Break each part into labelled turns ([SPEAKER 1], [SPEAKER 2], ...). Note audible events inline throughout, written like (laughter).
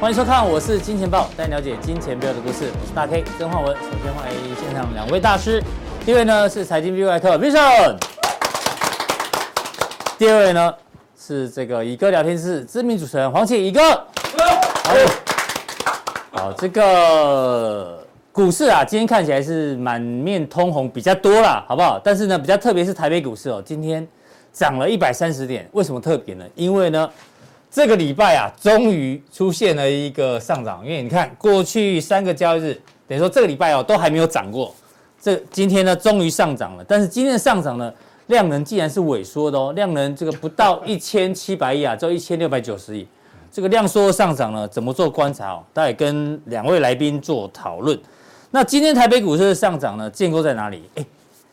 [SPEAKER 1] 欢迎收看，我是金钱豹，带你了解金钱背后的故事。我是大 K 曾焕文。首先欢迎现场两位大师，第一位呢是财经 B 外客 Vision，第二位呢是这个乙哥聊天室知名主持人黄启乙哥。好，好，这个股市啊，今天看起来是满面通红，比较多啦，好不好？但是呢，比较特别是台北股市哦，今天涨了一百三十点，为什么特别呢？因为呢。这个礼拜啊，终于出现了一个上涨，因为你看过去三个交易日，等于说这个礼拜哦都还没有涨过，这今天呢终于上涨了，但是今天的上涨呢，量能竟然是萎缩的哦，量能这个不到一千七百亿啊，只有一千六百九十亿，这个量缩上涨呢，怎么做观察哦？待会跟两位来宾做讨论。那今天台北股市的上涨呢，建构在哪里？哎，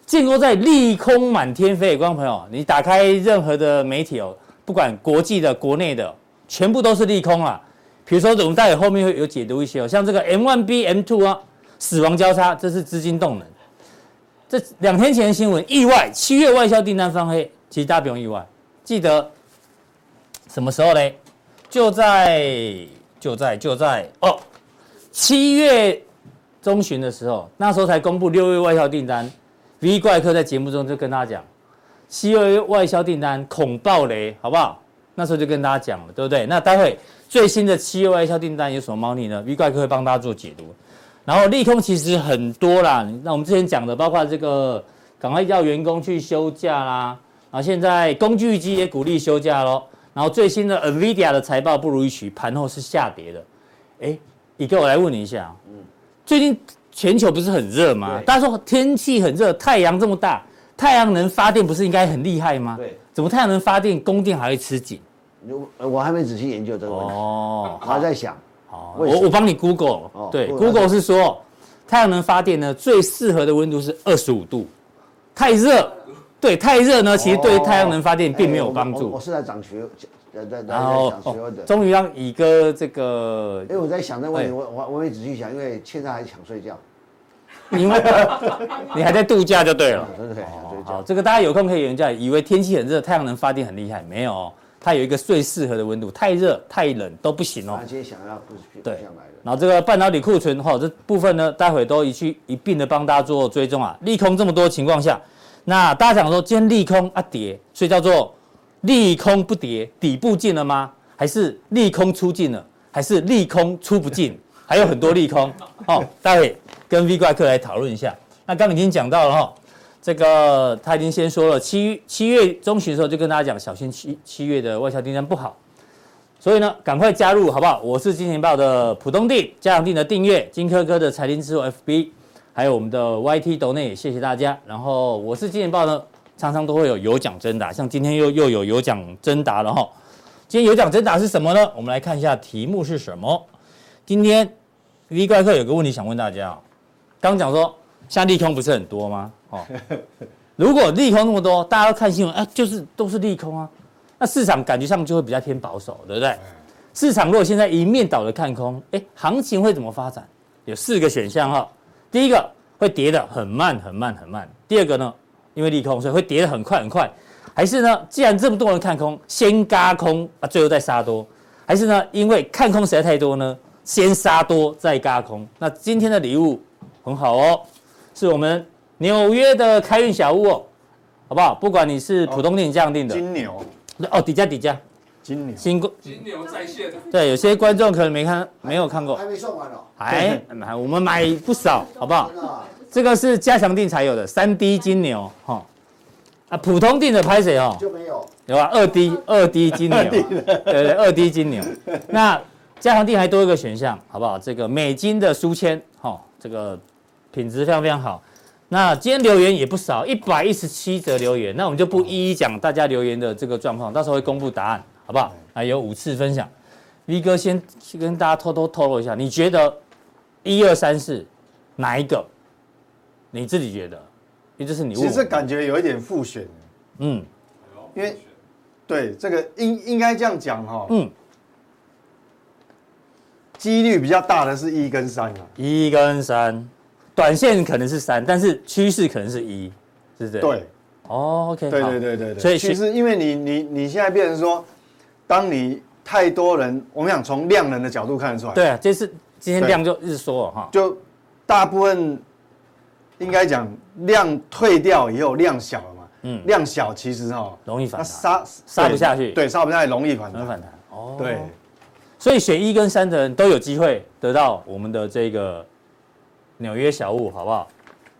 [SPEAKER 1] 建构在利空满天飞，观众朋友，你打开任何的媒体哦。不管国际的、国内的，全部都是利空啦。比如说，我们待会后面会有解读一些哦，像这个 M1B、M2 啊，死亡交叉，这是资金动能。这两天前的新闻，意外，七月外销订单翻黑，其实大家不用意外。记得什么时候嘞？就在就在就在哦，七月中旬的时候，那时候才公布六月外销订单。V 怪客在节目中就跟大家讲。七月外销订单恐爆雷，好不好？那时候就跟大家讲了，对不对？那待会最新的七月外销订单有什么猫腻呢？V 怪客会帮大家做解读。然后利空其实很多啦，那我们之前讲的，包括这个赶快叫员工去休假啦，然后现在工具机也鼓励休假喽。然后最新的 Nvidia 的财报不如预期，盘后是下跌的。哎，一个我来问你一下，嗯，最近全球不是很热吗？大家说天气很热，太阳这么大。太阳能发电不是应该很厉害吗？
[SPEAKER 2] 对，
[SPEAKER 1] 怎么太阳能发电供电还会吃紧？
[SPEAKER 2] 如呃我还没仔细研究这个问题，
[SPEAKER 1] 哦，
[SPEAKER 2] 还在想。
[SPEAKER 1] 好，
[SPEAKER 2] 为什
[SPEAKER 1] 我
[SPEAKER 2] 么
[SPEAKER 1] 我帮你 Google，、
[SPEAKER 2] 哦
[SPEAKER 1] 对
[SPEAKER 2] Google
[SPEAKER 1] ，Google 是说太阳能发电呢最适合的温度是二十五度，太热，对，太热
[SPEAKER 2] 哦
[SPEAKER 1] 呢其实对于太阳能发电并没有帮
[SPEAKER 2] 哎我我
[SPEAKER 1] 助
[SPEAKER 2] 我。是在讲学，在在在
[SPEAKER 1] 然后
[SPEAKER 2] 在讲学问
[SPEAKER 1] 哦
[SPEAKER 2] 的。
[SPEAKER 1] 终于让乙哥这个
[SPEAKER 2] 因为我在想这个问题，
[SPEAKER 1] 哎
[SPEAKER 2] 我我我没仔细想，因为现在还想睡觉，
[SPEAKER 1] 哦因
[SPEAKER 2] (laughs)
[SPEAKER 1] 为你还在度假就对了。
[SPEAKER 2] 真的还想
[SPEAKER 1] 好，
[SPEAKER 2] 睡觉。
[SPEAKER 1] 这个大家有空可以研究一下。以为天气很热，太阳能发电很厉害，没有、哦，它有一个最适合的温度，太热、太冷都不行哦
[SPEAKER 2] 那。今天想要不是不
[SPEAKER 1] 对
[SPEAKER 2] 想来的，
[SPEAKER 1] 然后这个半导体库存哈、这部分呢，待会都一去一并的帮大家做追踪啊。利空这么多情况下，那大家想说今天利空啊跌，所以叫做利空不跌，底部进了吗？还是利空出尽了？还是利空出不进？还有很多利空哦，待会跟 V 怪客来讨论一下。那刚刚已经讲到了哈、这个他已经先说了，七七月中旬的时候就跟大家讲，小心七七月的外销订单不好。所以呢，赶快加入好不好？我是金钱豹的浦东定、嘉阳定的订阅，金科科的财经之路 FB，还有我们的 YT 抖内，谢谢大家。然后我是金钱豹呢，常常都会有有奖征答，像今天又又有有奖征答了哈。今天有奖征答是什么呢？我们来看一下题目是什么。今天 V 怪客有个问题想问大家哦，刚讲说现在利空不是很多吗？哦，如果利空那么多，大家都看新闻啊，就是都是利空啊，那市场感觉上就会比较偏保守，对不对？市场如果现在一面倒的看空，哎，行情会怎么发展？有四个选项哈、第一个会跌得很慢很慢很慢，第二个呢，因为利空，所以会跌得很快很快，还是呢，既然这么多人看空，先嘎空啊，最后再杀多，还是呢，因为看空实在太多呢，先杀多再嘎空。那今天的礼物很好哦，是我们纽约的开运小屋哦，好不好？不管你是普通定这样定的
[SPEAKER 3] 金牛，
[SPEAKER 1] 哦，底价底价，
[SPEAKER 3] 金牛，
[SPEAKER 1] 新贵
[SPEAKER 4] 金牛在线，
[SPEAKER 1] 对，有些观众可能没看没有看过
[SPEAKER 2] 还，没送完哦。
[SPEAKER 1] (laughs) 哎，买我们买不少，好不好？
[SPEAKER 2] 真的啊，
[SPEAKER 1] 这个是加强定才有的三 D 金牛哈、哦啊，普通定的拍谁哦？
[SPEAKER 2] 就没有。
[SPEAKER 1] 有啊，二 D 二 D 金牛，对对，二 D 金牛。那加强定还多一个选项，好不好？这个美金的书签，哈、这个品质非常非常好。那今天留言也不少，一百一十七则留言，那我们就不一一讲大家留言的这个状况，到时候会公布答案，好不好？还有五次分享，V 哥先去跟大家偷偷透露一下，你觉得一二三四哪一个？你自己觉得？因为这是你问
[SPEAKER 3] 其
[SPEAKER 1] 我
[SPEAKER 3] 实感觉有一点复选，
[SPEAKER 1] 嗯，
[SPEAKER 3] 因为对，这个应应该这样讲哈、
[SPEAKER 1] 嗯，
[SPEAKER 3] 几率比较大的是一跟三啊。
[SPEAKER 1] 一跟三，短线可能是三，但是趋势可能是一，是这样。，
[SPEAKER 3] 对，
[SPEAKER 1] 哦，OK，
[SPEAKER 3] 对
[SPEAKER 1] 好
[SPEAKER 3] 对对对对。
[SPEAKER 1] 所以
[SPEAKER 3] 其
[SPEAKER 1] 其实
[SPEAKER 3] 实因为你你你现在变成说，当你太多人，我们想从量能的角度看得出来，，
[SPEAKER 1] 对啊，这次今天
[SPEAKER 3] 对
[SPEAKER 1] 量就一直缩了哈。
[SPEAKER 3] 就大部分应该讲量退掉以后量小了嘛，
[SPEAKER 1] 嗯
[SPEAKER 3] 嗯，量小其实哈
[SPEAKER 1] 容易反
[SPEAKER 3] 它
[SPEAKER 1] 弹
[SPEAKER 3] 杀
[SPEAKER 1] 杀不
[SPEAKER 3] 对
[SPEAKER 1] 下去
[SPEAKER 3] 对，杀不下去容易反
[SPEAKER 1] 能
[SPEAKER 3] 弹，
[SPEAKER 1] 反弹哦。
[SPEAKER 3] 对，
[SPEAKER 1] 所以选一跟三的人都有机会得到我们的这个纽约小物，好不好？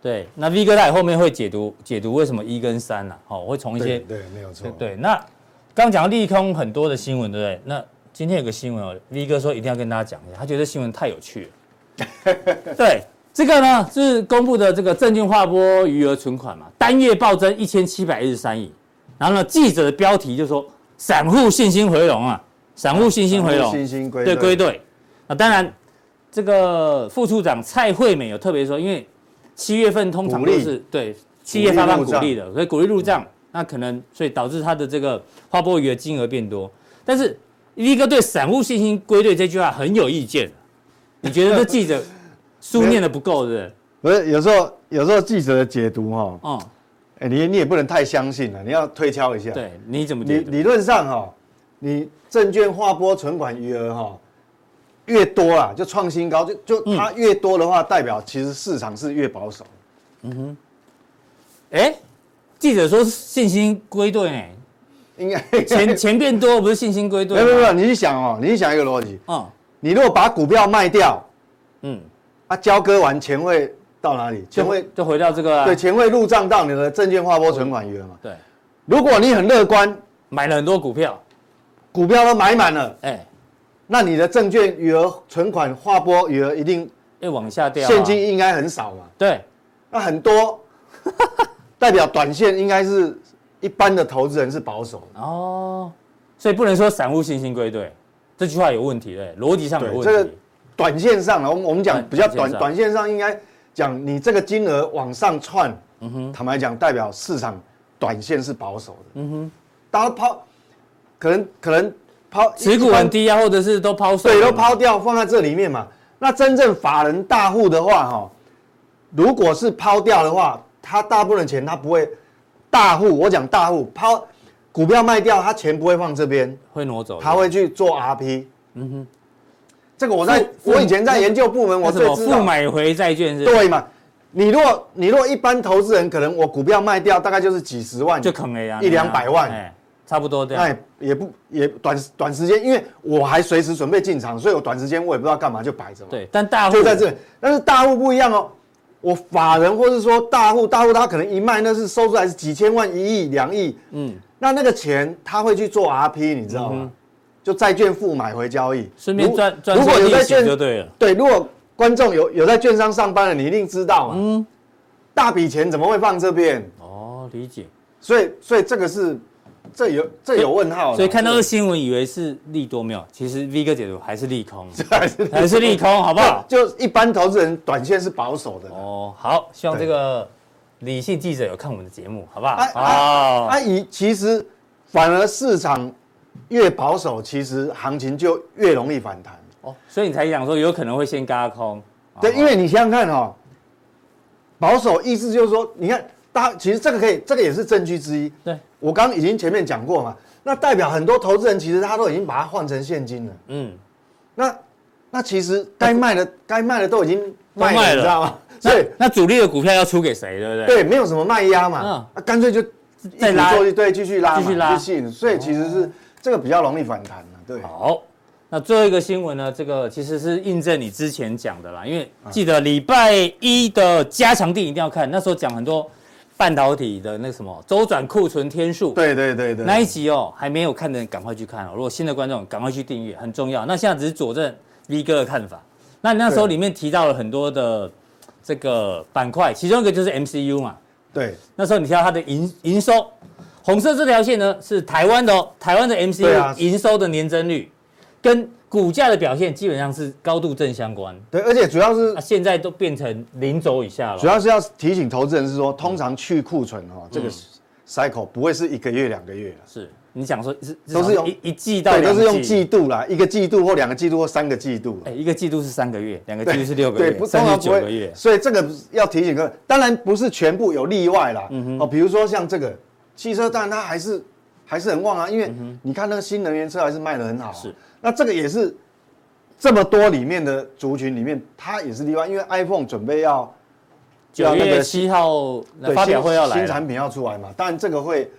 [SPEAKER 1] 对，那 V 哥在后面会解读解读为什么一跟三啦、好，我会从一
[SPEAKER 3] 对
[SPEAKER 1] 些
[SPEAKER 3] 对，没有错，
[SPEAKER 1] 对，那刚讲到利空很多的新闻，对不对？那今天有个新闻哦，V 哥说一定要跟大家讲一下，他觉得新闻太有趣了。 (laughs) 对，这个呢是公布的这个证券划拨余额存款嘛，单月暴增一千七百一十三亿。然后呢，记者的标题就说散户信心回笼啊，散户信心回笼，
[SPEAKER 3] 信心归
[SPEAKER 1] 对归队。那当然，这个副处长蔡惠美有特别说，因为七月份通常都
[SPEAKER 3] 鼓励
[SPEAKER 1] 是对企业发放
[SPEAKER 3] 鼓
[SPEAKER 1] 鼓
[SPEAKER 3] 励入嗯
[SPEAKER 1] 励的，所以鼓励入账，那可能所以导致它的这个花拨余额金额变多。但是 V 哥对散户信心归队这句话很有意见，你觉得这记者书念的不够是
[SPEAKER 3] 不是有时候有时候记者的解读哈、
[SPEAKER 1] 不是？哦，
[SPEAKER 3] 哎、你你也不能太相信啊了，你要推敲一下。，
[SPEAKER 1] 对，你怎么
[SPEAKER 3] 理
[SPEAKER 1] 解读？
[SPEAKER 3] 理论上哈、你证券划拨存款余额哈、越多啊，就创新高，就就
[SPEAKER 1] 嗯
[SPEAKER 3] 它越多的话，代表其实市场是越保守。
[SPEAKER 1] 哎，记者说信心归队呢，
[SPEAKER 3] 应该 (laughs)
[SPEAKER 1] 钱钱变多不是信心归队
[SPEAKER 3] 没
[SPEAKER 1] 吗？
[SPEAKER 3] 有没有没有，你去想哦，你去想一个逻辑，
[SPEAKER 1] 哦，
[SPEAKER 3] 你如果把股票卖掉，
[SPEAKER 1] 嗯，
[SPEAKER 3] 啊，交割完钱会到哪里？钱
[SPEAKER 1] 就
[SPEAKER 3] 会
[SPEAKER 1] 会就回到这个啊
[SPEAKER 3] 对，钱会入账到你的证券划拨存款余额嘛。
[SPEAKER 1] 对，
[SPEAKER 3] 如果你很乐观，
[SPEAKER 1] 买了很多股票，
[SPEAKER 3] 股票都买满了，
[SPEAKER 1] 哎，
[SPEAKER 3] 那你的证券余额存款划拨余额一定
[SPEAKER 1] 又往下掉啊，
[SPEAKER 3] 现金应该很少嘛，
[SPEAKER 1] 对，
[SPEAKER 3] 那
[SPEAKER 1] (laughs)
[SPEAKER 3] 很多代表短线应该是一般的投资人是保守的。
[SPEAKER 1] 哦，所以不能说散户信心归队，这句话有问题嘞，逻辑上有问题。
[SPEAKER 3] 哦这个短线上了，我们我们讲
[SPEAKER 1] 短
[SPEAKER 3] 比较
[SPEAKER 1] 短
[SPEAKER 3] 短
[SPEAKER 1] 线上
[SPEAKER 3] 短线上应该讲你这个金额往上窜，
[SPEAKER 1] 嗯
[SPEAKER 3] 坦白讲代表市场短线是保守的。嗯哼，大家抛，可能可能抛
[SPEAKER 1] 持股很，低啊，或者是都抛售了
[SPEAKER 3] 对，
[SPEAKER 1] 嘛，
[SPEAKER 3] 都抛掉放在这里面嘛。那真正法人大户的话，哈，如果是抛掉的话，他大部分的钱他不会，大户我讲大户抛股票卖掉，他钱不会放这边，
[SPEAKER 1] 会挪走的，
[SPEAKER 3] 他会去做 RP。嗯哼，这个我在
[SPEAKER 1] 负
[SPEAKER 3] 我以前在研究部门，我
[SPEAKER 1] 那什
[SPEAKER 3] 最
[SPEAKER 1] 么
[SPEAKER 3] 知
[SPEAKER 1] 负
[SPEAKER 3] 道。
[SPEAKER 1] 买回债券是不是
[SPEAKER 3] 对啊嘛？你若你若一般投资人，可能我股票卖掉大概就是几十万，
[SPEAKER 1] 就啊坑了呀，
[SPEAKER 3] 一两百万
[SPEAKER 1] 哎，差不多这
[SPEAKER 3] 那
[SPEAKER 1] 样。
[SPEAKER 3] 也也不也短短时间，因为我还随时准备进场，所以我短时间我也不知道干嘛就摆着嘛。，
[SPEAKER 1] 对，但大户
[SPEAKER 3] 就在这里。但是大户不一样哦，我法人或是说大户，大户他可能一卖那是收出来是几千万、一亿、两亿，
[SPEAKER 1] 嗯，
[SPEAKER 3] 那那个钱他会去做 RP，你知道吗？就债券付买回交易，
[SPEAKER 1] 顺便
[SPEAKER 3] 如
[SPEAKER 1] 赚赚
[SPEAKER 3] 如果
[SPEAKER 1] 些
[SPEAKER 3] 有
[SPEAKER 1] 利
[SPEAKER 3] 在
[SPEAKER 1] 息
[SPEAKER 3] 券
[SPEAKER 1] 就对了。
[SPEAKER 3] 对，如果观众有有在券商上班的，你一定知道嘛。
[SPEAKER 1] 嗯
[SPEAKER 3] 大笔钱怎么会放这边？
[SPEAKER 1] 哦，理解。
[SPEAKER 3] 所以，所以这个是，这有这有问号了。
[SPEAKER 1] 所以看到这
[SPEAKER 3] 这
[SPEAKER 1] 个新闻，以为是利多没有，其实 V 哥解读还是利空，
[SPEAKER 3] (laughs) 还是
[SPEAKER 1] 还是利空，好不好？
[SPEAKER 3] 就就一般投资人短线是保守的。
[SPEAKER 1] 哦，好，希望这
[SPEAKER 3] 对
[SPEAKER 1] 个理性记者有看我们的节目，好不好？
[SPEAKER 3] 啊
[SPEAKER 1] 哦
[SPEAKER 3] 啊啊！以其实反而市场越保守，其实行情就越容易反弹。
[SPEAKER 1] 哦，所以你才想说有可能会先嘎空，
[SPEAKER 3] 对，因为你想想看哦，保守意思就是说，你看，大家其实这个可以，这个也是证据之一。
[SPEAKER 1] 对，
[SPEAKER 3] 我刚刚已经前面讲过嘛，那代表很多投资人其实他都已经把它换成现金了。
[SPEAKER 1] 嗯，
[SPEAKER 3] 那那其实该卖的该卖的都已经卖
[SPEAKER 1] 都
[SPEAKER 3] 了，
[SPEAKER 1] 卖了
[SPEAKER 3] 你知道吗？
[SPEAKER 1] 那
[SPEAKER 3] 所以
[SPEAKER 1] 那主力的股票要出给谁，对不对？，
[SPEAKER 3] 对，没有什么卖压嘛，
[SPEAKER 1] 嗯
[SPEAKER 3] 啊，干脆就
[SPEAKER 1] 再
[SPEAKER 3] 一鼓
[SPEAKER 1] 拉
[SPEAKER 3] 作气对，继续拉嘛，
[SPEAKER 1] 继续拉哦
[SPEAKER 3] 吸引所以其实是这个比较容易反弹了，对，
[SPEAKER 1] 好。那最后一个新闻呢？这个其实是印证你之前讲的啦，因为记得礼拜一的加强地一定要看，那时候讲很多半导体的那个什么周转库存天数，
[SPEAKER 3] 对对对对，
[SPEAKER 1] 那一集哦，还没有看的人赶快去看哦。如果新的观众赶快去订阅，很重要。那现在只是佐证 V 哥的看法。那你那时候
[SPEAKER 3] 对
[SPEAKER 1] 里面提到了很多的这个板块，其中一个就是 MCU 嘛。
[SPEAKER 3] 对
[SPEAKER 1] 那时候你提到它的营营收，红色这条线呢是台湾的哦，台湾的
[SPEAKER 3] 对啊
[SPEAKER 1] MCU 营收的年增率、跟股价的表现基本上是高度正相关。
[SPEAKER 3] 对，而且主要是
[SPEAKER 1] 那、现在都变成零轴以下了，哦嗯
[SPEAKER 3] 哦主要是要提醒投资人是说，通常去库存哈，这个 cycle 不会是一个月两个月啦
[SPEAKER 1] 是你想说是
[SPEAKER 3] 都是用
[SPEAKER 1] 一一季到
[SPEAKER 3] 对，
[SPEAKER 1] 两
[SPEAKER 3] 都
[SPEAKER 1] 季，
[SPEAKER 3] 是用季度啦，一个季度或两个季度或三个季度啦啊
[SPEAKER 1] 哎，一个季度是三个月，两个季
[SPEAKER 3] 对，
[SPEAKER 1] 度是六个
[SPEAKER 3] 对，不
[SPEAKER 1] 月，
[SPEAKER 3] 通
[SPEAKER 1] 甚
[SPEAKER 3] 常
[SPEAKER 1] 至
[SPEAKER 3] 不
[SPEAKER 1] 九
[SPEAKER 3] 会
[SPEAKER 1] 个月。
[SPEAKER 3] 所以这个要提醒各位，当然不是全部有例外
[SPEAKER 1] 嗯
[SPEAKER 3] 啦。哦，比如说像这个汽车，当然它还是还是很旺啊，因为你看那个新能源车还是卖的很
[SPEAKER 1] 嗯
[SPEAKER 3] 好、啊
[SPEAKER 1] 是，
[SPEAKER 3] 那这个也是这么多里面的族群里面，它也是例外，因为 iPhone 准备要
[SPEAKER 1] 九
[SPEAKER 3] 要那
[SPEAKER 1] 月
[SPEAKER 3] 个
[SPEAKER 1] 七号
[SPEAKER 3] 对
[SPEAKER 1] 发表
[SPEAKER 3] 新
[SPEAKER 1] 会要来
[SPEAKER 3] 新
[SPEAKER 1] 了，
[SPEAKER 3] 产品要出来嘛，当然这个会。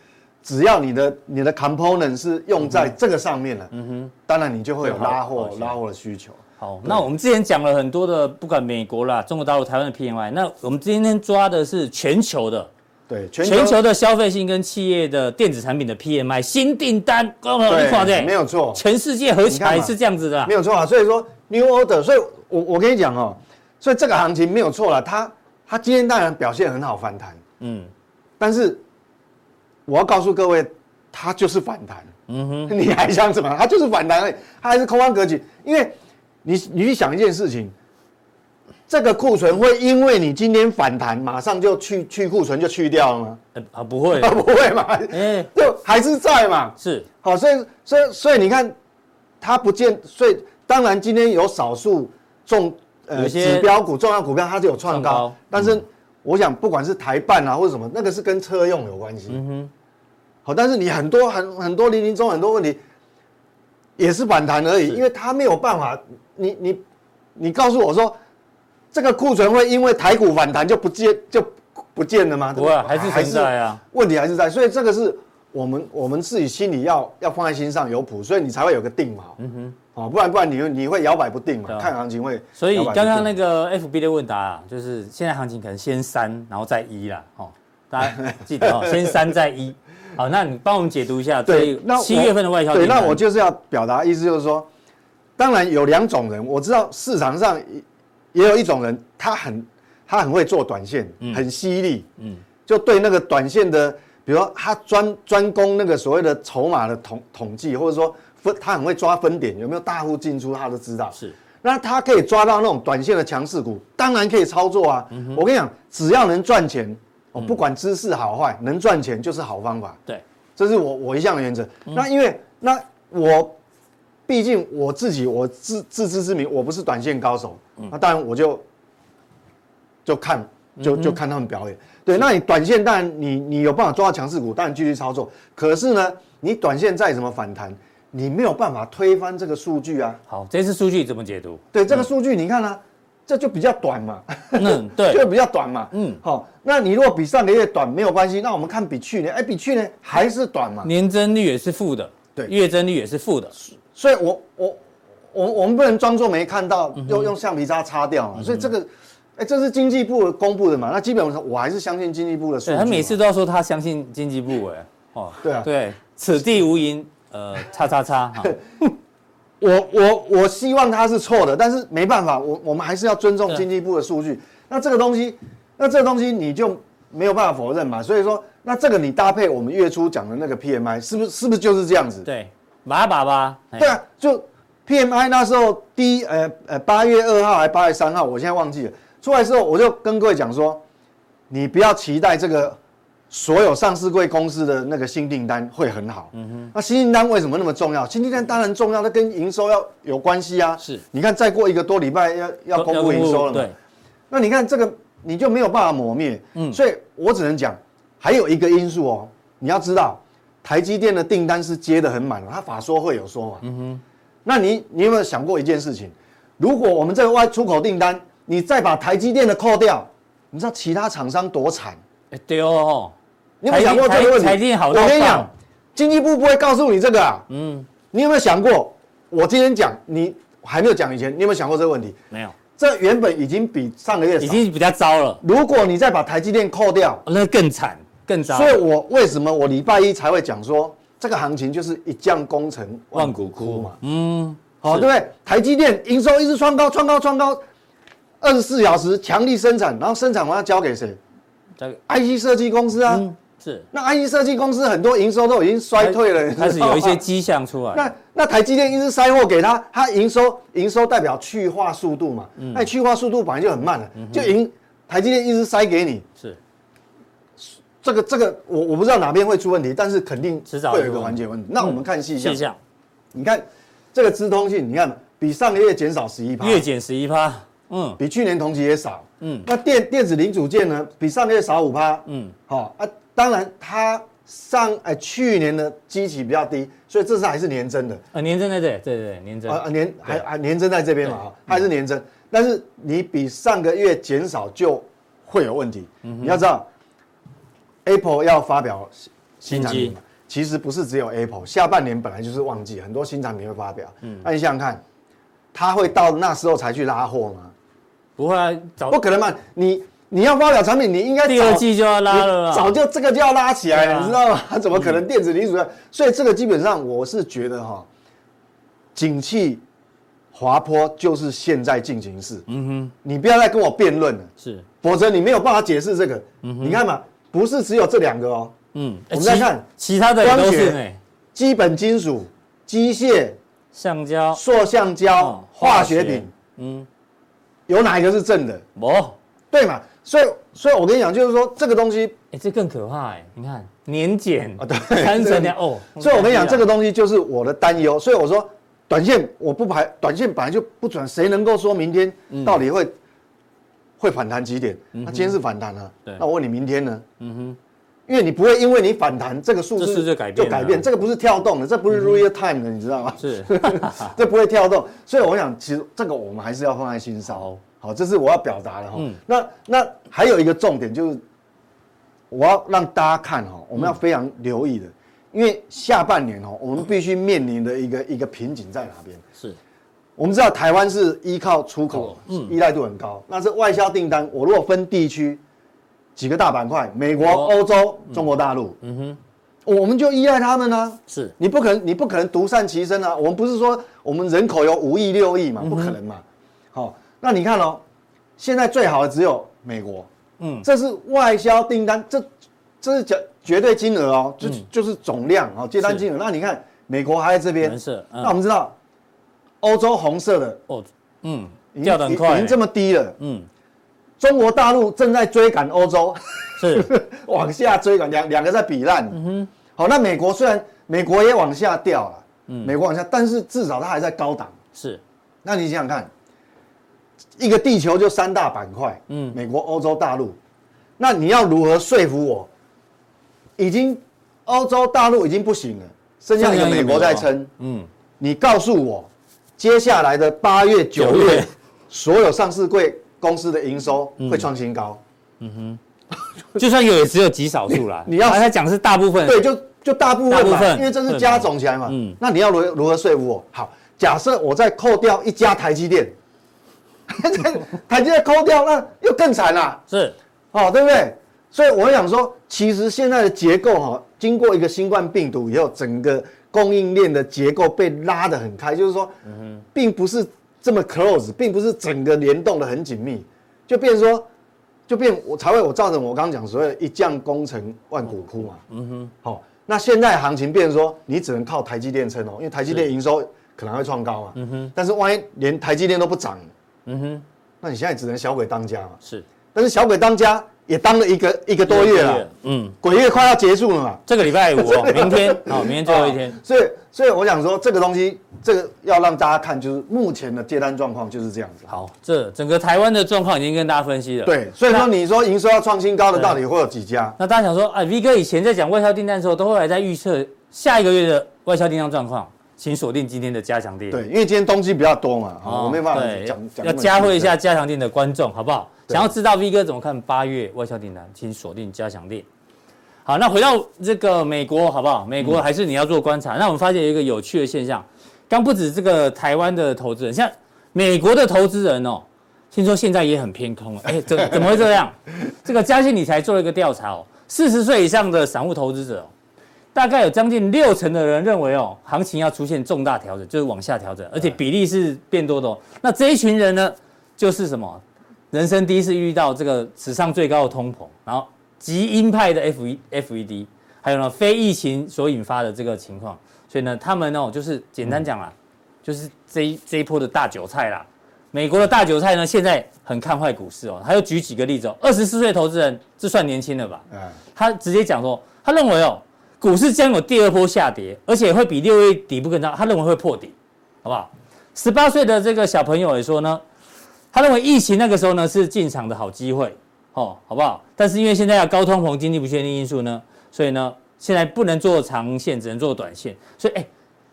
[SPEAKER 3] 只要你的你的 component 是用在这个上面了，嗯哼，当然你就会有
[SPEAKER 1] 就好
[SPEAKER 3] 拉货
[SPEAKER 1] 好起来
[SPEAKER 3] 拉货的需求。
[SPEAKER 1] 好，那我们之前讲了很多的，不管美国啦、中国大陆、台湾的 PMI，那我们今天抓的是全球的，
[SPEAKER 3] 对，全
[SPEAKER 1] 全球的消费性跟企业的电子产品的 PMI 新订单，刚好一
[SPEAKER 3] 对
[SPEAKER 1] 块对，
[SPEAKER 3] 没有错，
[SPEAKER 1] 全世界合起
[SPEAKER 3] 你看
[SPEAKER 1] 来
[SPEAKER 3] 嘛
[SPEAKER 1] 是这样子的啊
[SPEAKER 3] 没，有错啊。所以说 new order，所以我我跟你讲哦，所以这个行情没有错了，它它今天当然表现很好反弹，
[SPEAKER 1] 嗯
[SPEAKER 3] 但是我要告诉各位，它就是反弹，
[SPEAKER 1] 嗯哼，
[SPEAKER 3] (laughs) 你还想怎么样？它就是反弹而已，它还是空方格局，因为你你去想一件事情。这个库存会因为你今天反弹，马上就去去库存就去掉了吗？ (laughs)
[SPEAKER 1] 呃啊不会，
[SPEAKER 3] 不会嘛，
[SPEAKER 1] 哎
[SPEAKER 3] 就还是在嘛。
[SPEAKER 1] 是
[SPEAKER 3] 好，所以所以所以你看，它不见，所以当然今天有少数重
[SPEAKER 1] 有
[SPEAKER 3] 呃
[SPEAKER 1] 些
[SPEAKER 3] 指标股、重要股票它是有创高，
[SPEAKER 1] 创高
[SPEAKER 3] 但是我想不管是台办啊或者什么，那个是跟车用有关系。嗯哼，好，但是你很多很很多零零中很多问题也是反弹而已，因为它没有办法，你你你告诉我说这个库存会因为台股反弹就不见就不见了吗？
[SPEAKER 1] 不会啊
[SPEAKER 3] 对
[SPEAKER 1] 还是存在啊，
[SPEAKER 3] 问题还是在，所以这个是我们我们自己心里要要放在心上有谱，所以你才会有个定锚。嗯哼，哦，不然不然你会你会摇摆不定嘛，
[SPEAKER 1] 对啊
[SPEAKER 3] 看行情会。
[SPEAKER 1] 所以刚刚那，个 FB 的问答啊，就是现在行情可能先三，然后再一啦，哦，大家记得哦，
[SPEAKER 3] (laughs)
[SPEAKER 1] 先三再一。好，那你帮我们解读一下，
[SPEAKER 3] 对，那我
[SPEAKER 1] 七月份的外销
[SPEAKER 3] 对，
[SPEAKER 1] 订单
[SPEAKER 3] 那我就是要表达意思就是说，当然有两种人，我知道市场上也也有一种人，他很他很会做短线，很犀利，嗯，就对那个短线的，比如说他专专攻那个所谓的筹码的统统计，或者说分，他很会抓分点，有没有大户进出，他都知道。
[SPEAKER 1] 是
[SPEAKER 3] 那他可以抓到那种短线的强势股，当然可以操作啊。
[SPEAKER 1] 嗯
[SPEAKER 3] 我跟你讲，只要能赚钱，哦，不管知识好坏，能赚钱就是好方法。
[SPEAKER 1] 对
[SPEAKER 3] 这是我我一向的原则。
[SPEAKER 1] 嗯
[SPEAKER 3] 那因为那我毕竟我自己我自自知之明，我不是短线高手，
[SPEAKER 1] 嗯
[SPEAKER 3] 那当然我就就看就
[SPEAKER 1] 嗯
[SPEAKER 3] 就看他们表演。对，那你短线当然你你有办法抓到强势股，当然继续操作。可是呢，你短线再怎么反弹，你没有办法推翻这个数据啊。
[SPEAKER 1] 好，这次数据怎么解读？
[SPEAKER 3] 对，这个数据你看啊，这就比较短嘛。
[SPEAKER 1] 嗯，
[SPEAKER 3] (laughs) 就
[SPEAKER 1] 对，
[SPEAKER 3] 比较短嘛。嗯，好、那你如果比上个月短没有关系，那我们看比去年，哎，比去年还是短嘛。
[SPEAKER 1] 年增率也是负的，
[SPEAKER 3] 对
[SPEAKER 1] 月增率也是负的，
[SPEAKER 3] 所以我我我我们不能装作没看到，
[SPEAKER 1] 嗯
[SPEAKER 3] 用用橡皮擦擦掉嘛。所以这个，哎，这是经济部公布的嘛，那基本上我还是相信经济部的数据
[SPEAKER 1] 对
[SPEAKER 3] 嘛。
[SPEAKER 1] 他每次都要说他相信经济部哎，哦，
[SPEAKER 3] 对啊
[SPEAKER 1] 对，此地无银，呃，叉叉叉，
[SPEAKER 3] (laughs)
[SPEAKER 1] 哈
[SPEAKER 3] 我我我希望他是错的，但是没办法，我我们还是要尊重经济部的数据。那这个东西，那这个东西你就没有办法否认嘛。所以说，那这个你搭配我们月初讲的那个 PMI，是不是是不是就是这样子？
[SPEAKER 1] 对，把把吧，哎
[SPEAKER 3] 对啊，就 PMI 那时候第一呃呃八月二号还八月三号，我现在忘记了。出来之后，我就跟各位讲说，你不要期待这个所有上市贵公司的那个新订单会很好。嗯哼。那新订单为什么那么重要？新订单当然重要，它跟营收要有关系啊。
[SPEAKER 1] 是
[SPEAKER 3] 你看，再过一个多礼拜要要公布营收了嘛？
[SPEAKER 1] 对，
[SPEAKER 3] 那你看这个，你就没有办法磨灭。
[SPEAKER 1] 嗯
[SPEAKER 3] 嗯，所以我只能讲，还有一个因素哦，你要知道，台积电的订单是接的很满的，它法说会有说嘛。嗯哼，那你你有没有想过一件事情？如果我们这个外出口订单，你再把台积电的扣掉，你知道其他厂商多惨？
[SPEAKER 1] 哎对哦，
[SPEAKER 3] 你有没有想过
[SPEAKER 1] 台积
[SPEAKER 3] 这个问题？
[SPEAKER 1] 台积电好到
[SPEAKER 3] 我跟你
[SPEAKER 1] 爆
[SPEAKER 3] 讲，经济部不会告诉你这个啊。
[SPEAKER 1] 嗯，
[SPEAKER 3] 你有没有想过？我今天讲，你还没有讲以前，你有没有想过这个问题？
[SPEAKER 1] 没有，
[SPEAKER 3] 这原本已经比上个月少
[SPEAKER 1] 已经比较糟了，
[SPEAKER 3] 如果你再把台积电扣掉，
[SPEAKER 1] 哦那更惨更糟
[SPEAKER 3] 所，以我为什么我礼拜一才会讲说这个行情就是一将功成万骨枯嘛？
[SPEAKER 1] 嗯，
[SPEAKER 3] 好，
[SPEAKER 1] 是
[SPEAKER 3] 对不对？台积电营收一直创高，创高，创高，二十四小时强力生产，然后生产完要交给谁
[SPEAKER 1] 这个
[SPEAKER 3] ？IC 设计公司啊。
[SPEAKER 1] 嗯是
[SPEAKER 3] 那 IC 设计公司很多营收都已经衰退了，
[SPEAKER 1] 开始
[SPEAKER 3] 你知道吗
[SPEAKER 1] 有一些迹象出来，
[SPEAKER 3] (laughs) 那那台积电一直塞货给他，他营收营收代表去化速度嘛，
[SPEAKER 1] 嗯
[SPEAKER 3] 那你去化速度本来就很慢了，就营台积电一直塞给你，
[SPEAKER 1] 是
[SPEAKER 3] 这个这个我我不知道哪边会出问题，但是肯定
[SPEAKER 1] 迟早
[SPEAKER 3] 会有一
[SPEAKER 1] 有
[SPEAKER 3] 个
[SPEAKER 1] 问
[SPEAKER 3] 环
[SPEAKER 1] 题
[SPEAKER 3] 节问题。那我们看细
[SPEAKER 1] 嗯
[SPEAKER 3] 项，
[SPEAKER 1] 细项
[SPEAKER 3] 你看这个资通信，你看比上个月减少十一趴，
[SPEAKER 1] 月减十一趴，嗯
[SPEAKER 3] 比去年同期也少。
[SPEAKER 1] 嗯
[SPEAKER 3] 那电电子零组件呢，比上个月少五趴。
[SPEAKER 1] 嗯，
[SPEAKER 3] 好、啊，当然它上哎、去年的基期比较低，所以这次还是年增的。
[SPEAKER 1] 呃，年增在这里，对对对，年增
[SPEAKER 3] 啊啊年还还年增在这边嘛，哈还是年增，但是你比上个月减少就会有问题。
[SPEAKER 1] 嗯
[SPEAKER 3] 你要知道，Apple 要发表新新产品嘛，其实不是只有 Apple，下半年本来就是旺季，很多新产品会发表。
[SPEAKER 1] 嗯
[SPEAKER 3] 那你想想看，它会到那时候才去拉货吗？
[SPEAKER 1] 不会啊，早
[SPEAKER 3] 不可能嘛！你你要发表产品，你应该
[SPEAKER 1] 第二
[SPEAKER 3] 早
[SPEAKER 1] 季就要拉了啊啦，
[SPEAKER 3] 你早就这个就要拉起来
[SPEAKER 1] 对啊
[SPEAKER 3] 了，你知道吗？怎么可能电子零组件？所以这个基本上我是觉得哈，景气滑坡就是现在进行式。
[SPEAKER 1] 嗯
[SPEAKER 3] 你不要再跟我辩论了，
[SPEAKER 1] 哼是
[SPEAKER 3] 否则你没有办法解释这个。你看嘛，不是只有这两个哦，
[SPEAKER 1] 嗯，
[SPEAKER 3] 我们再
[SPEAKER 1] 其
[SPEAKER 3] 看
[SPEAKER 1] 其他的也都
[SPEAKER 3] 光
[SPEAKER 1] 是
[SPEAKER 3] 学
[SPEAKER 1] 呢，
[SPEAKER 3] 基本金属、机械、
[SPEAKER 1] 橡胶、
[SPEAKER 3] 塑橡胶
[SPEAKER 1] 哦、
[SPEAKER 3] 化学品，，
[SPEAKER 1] 嗯，
[SPEAKER 3] 有哪一个是正的？
[SPEAKER 1] 哦，
[SPEAKER 3] 对嘛？所以，所以我跟你讲，就是说这个东西
[SPEAKER 1] 哎，这更可怕哎，你看年减
[SPEAKER 3] 啊，对，
[SPEAKER 1] 三
[SPEAKER 3] 这个
[SPEAKER 1] 成
[SPEAKER 3] (laughs)
[SPEAKER 1] 两哦，
[SPEAKER 3] 所以我跟你讲，这个东西就是我的担忧。所以我说，短线我不排，短线本来就不准，谁能够说明天
[SPEAKER 1] 嗯
[SPEAKER 3] 到底会、会反弹几点？那、今天是反弹啊
[SPEAKER 1] 对，
[SPEAKER 3] 那我问你明天呢？
[SPEAKER 1] 嗯哼，
[SPEAKER 3] 因为你不会因为你反弹这个数
[SPEAKER 1] 这
[SPEAKER 3] 字
[SPEAKER 1] 数字改变了嗯
[SPEAKER 3] 这个不是跳动的，这不是 real time 的，你知道吗？
[SPEAKER 1] 啊是
[SPEAKER 3] (laughs) 这不会跳动，所以我想，其实这个我们还是要放在心上。哦
[SPEAKER 1] 好
[SPEAKER 3] 好，这是我要表达的哈、
[SPEAKER 1] 嗯
[SPEAKER 3] 那那还有一个重点就是，我要让大家看哈、我们要非常留意的，因为下半年哦，我们必须面临的一个一个瓶颈在哪边？
[SPEAKER 1] 是
[SPEAKER 3] 我们知道台湾是依靠出口，嗯依赖度很高。那这外销订单，我如果分地区几个大板块，美国、
[SPEAKER 1] 哦
[SPEAKER 3] 欧洲、中国大陆，嗯哼，我们就依赖他们啊。
[SPEAKER 1] 是
[SPEAKER 3] 你不可能，你不可能独善其身啊！我们不是说我们人口有五亿六亿嘛，
[SPEAKER 1] 嗯
[SPEAKER 3] 不可能嘛。好、那你看哦，现在最好的只有美国，
[SPEAKER 1] 嗯
[SPEAKER 3] 嗯，这是外销订单，这这是绝绝对金额哦，就、
[SPEAKER 1] 嗯
[SPEAKER 3] 就是总量哦，接单金额。那你看美国还在这边
[SPEAKER 1] 蓝，色，嗯
[SPEAKER 3] 那我们知道欧洲红色的
[SPEAKER 1] 哦，嗯
[SPEAKER 3] 已，经
[SPEAKER 1] 掉得很快
[SPEAKER 3] 已
[SPEAKER 1] 呢，
[SPEAKER 3] 经这么低了，
[SPEAKER 1] 嗯
[SPEAKER 3] 中国大陆正在追赶欧洲。
[SPEAKER 1] 是
[SPEAKER 3] (laughs) 往下追赶，两两个在比烂。嗯哼，好，那美国虽然美国也往下掉了，美国往下，但是至少它还在高档。 (laughs)
[SPEAKER 1] 是
[SPEAKER 3] 那你想想看，一个地球就三大板块，
[SPEAKER 1] 嗯
[SPEAKER 3] 嗯，美国、欧洲、大陆，那你要如何说服我？已经欧洲大陆已经不行了，剩下一个美国在撑。，
[SPEAKER 1] 嗯
[SPEAKER 3] 你告诉我，接下来的八月、九
[SPEAKER 1] 九
[SPEAKER 3] 月嗯
[SPEAKER 1] 月，
[SPEAKER 3] 所有上市贵公司的营收会创新高。
[SPEAKER 1] 就算有，也只有极少数啦。
[SPEAKER 3] 你你要
[SPEAKER 1] 他讲是大部分，
[SPEAKER 3] 对，就就大部分
[SPEAKER 1] 大部
[SPEAKER 3] 嘛，
[SPEAKER 1] 分
[SPEAKER 3] 因为这是加总起来嘛。
[SPEAKER 1] 嗯
[SPEAKER 3] 嗯，那你要如如何说服我？好，假设我再扣掉一家台积电， (laughs) 台积电扣掉，那又更惨了，
[SPEAKER 1] 是
[SPEAKER 3] 哦，对不对？所以我想说，其实现在的结构哈、经过一个新冠病毒以后，整个供应链的结构被拉得很开，就是说，并不是这么 close，并不是整个联动的很紧密，就变成说，就变我才会我造成我刚刚讲所谓的一将功成万骨枯嘛。嗯哼，好、那现在行情变成说，你只能靠台积电撑哦，因为台积电营收可能会创高嘛。嗯哼，但是万一连台积电都不涨，
[SPEAKER 1] 嗯哼
[SPEAKER 3] 那你现在只能小鬼当家嘛。
[SPEAKER 1] 是
[SPEAKER 3] 但是小鬼当家也当了一个一个多月啊了，，
[SPEAKER 1] 嗯，
[SPEAKER 3] 鬼月快要结束了嘛，
[SPEAKER 1] 这个礼拜五
[SPEAKER 3] (laughs)
[SPEAKER 1] 哦，明天哦，明天最后一天
[SPEAKER 3] 啊，所以所以我想说，这个东西，这个要让大家看，就是目前的接单状况就是这样子。
[SPEAKER 1] 好，这整个台湾的状况已经跟大家分析了。
[SPEAKER 3] 对，所以说你说营收要创新高的到底会有几家？
[SPEAKER 1] 那大家想说，哎，V 哥以前在讲外销订单的时候，都会还在预测下一个月的外销订单状况，请锁定今天的加强店。
[SPEAKER 3] 对，因为今天东西比较多嘛，
[SPEAKER 1] 哦，
[SPEAKER 3] 哈，啊我没办法
[SPEAKER 1] 对
[SPEAKER 3] 讲讲。
[SPEAKER 1] 要加惠一下，加强店的观众，好不好？想要知道 V 哥怎么看八月外销订单，请锁定加强店。好，那回到这个美国，好不好？美国还是你要做观察。那我们发现有一个有趣的现象，刚不止这个台湾的投资人，像美国的投资人哦，听说现在也很偏空了。哎，怎怎么会这
[SPEAKER 3] (laughs)
[SPEAKER 1] 样？这个嘉信理财做了一个调查哦，四十岁以上的散户投资者、哦，大概有将近六成的人认为哦，行情要出现重大调整，就是往下调整，而且比例是变多的、哦。那这一群人呢，就是什么？人生第一次遇到这个史上最高的通膨，然后极鹰派的 F E F E D，还有呢非疫情所引发的这个情况，所以呢，他们哦，就是简单讲啦，就是这一这一波的大韭菜啦，美国的大韭菜呢，现在很看坏股市哦。他又举几个例子哦，二十四岁投资人，这算年轻了吧？
[SPEAKER 3] 哎，
[SPEAKER 1] 他直接讲说，他认为哦，股市将有第二波下跌，而且会比六月底部更糟，他认为会破底，好不好？十八岁的这个小朋友也说呢，他认为疫情那个时候呢是进场的好机会，哦，好不好？但是因为现在要高通膨、经济不确定因素呢，所以呢，现在不能做长线，只能做短线，所以哎。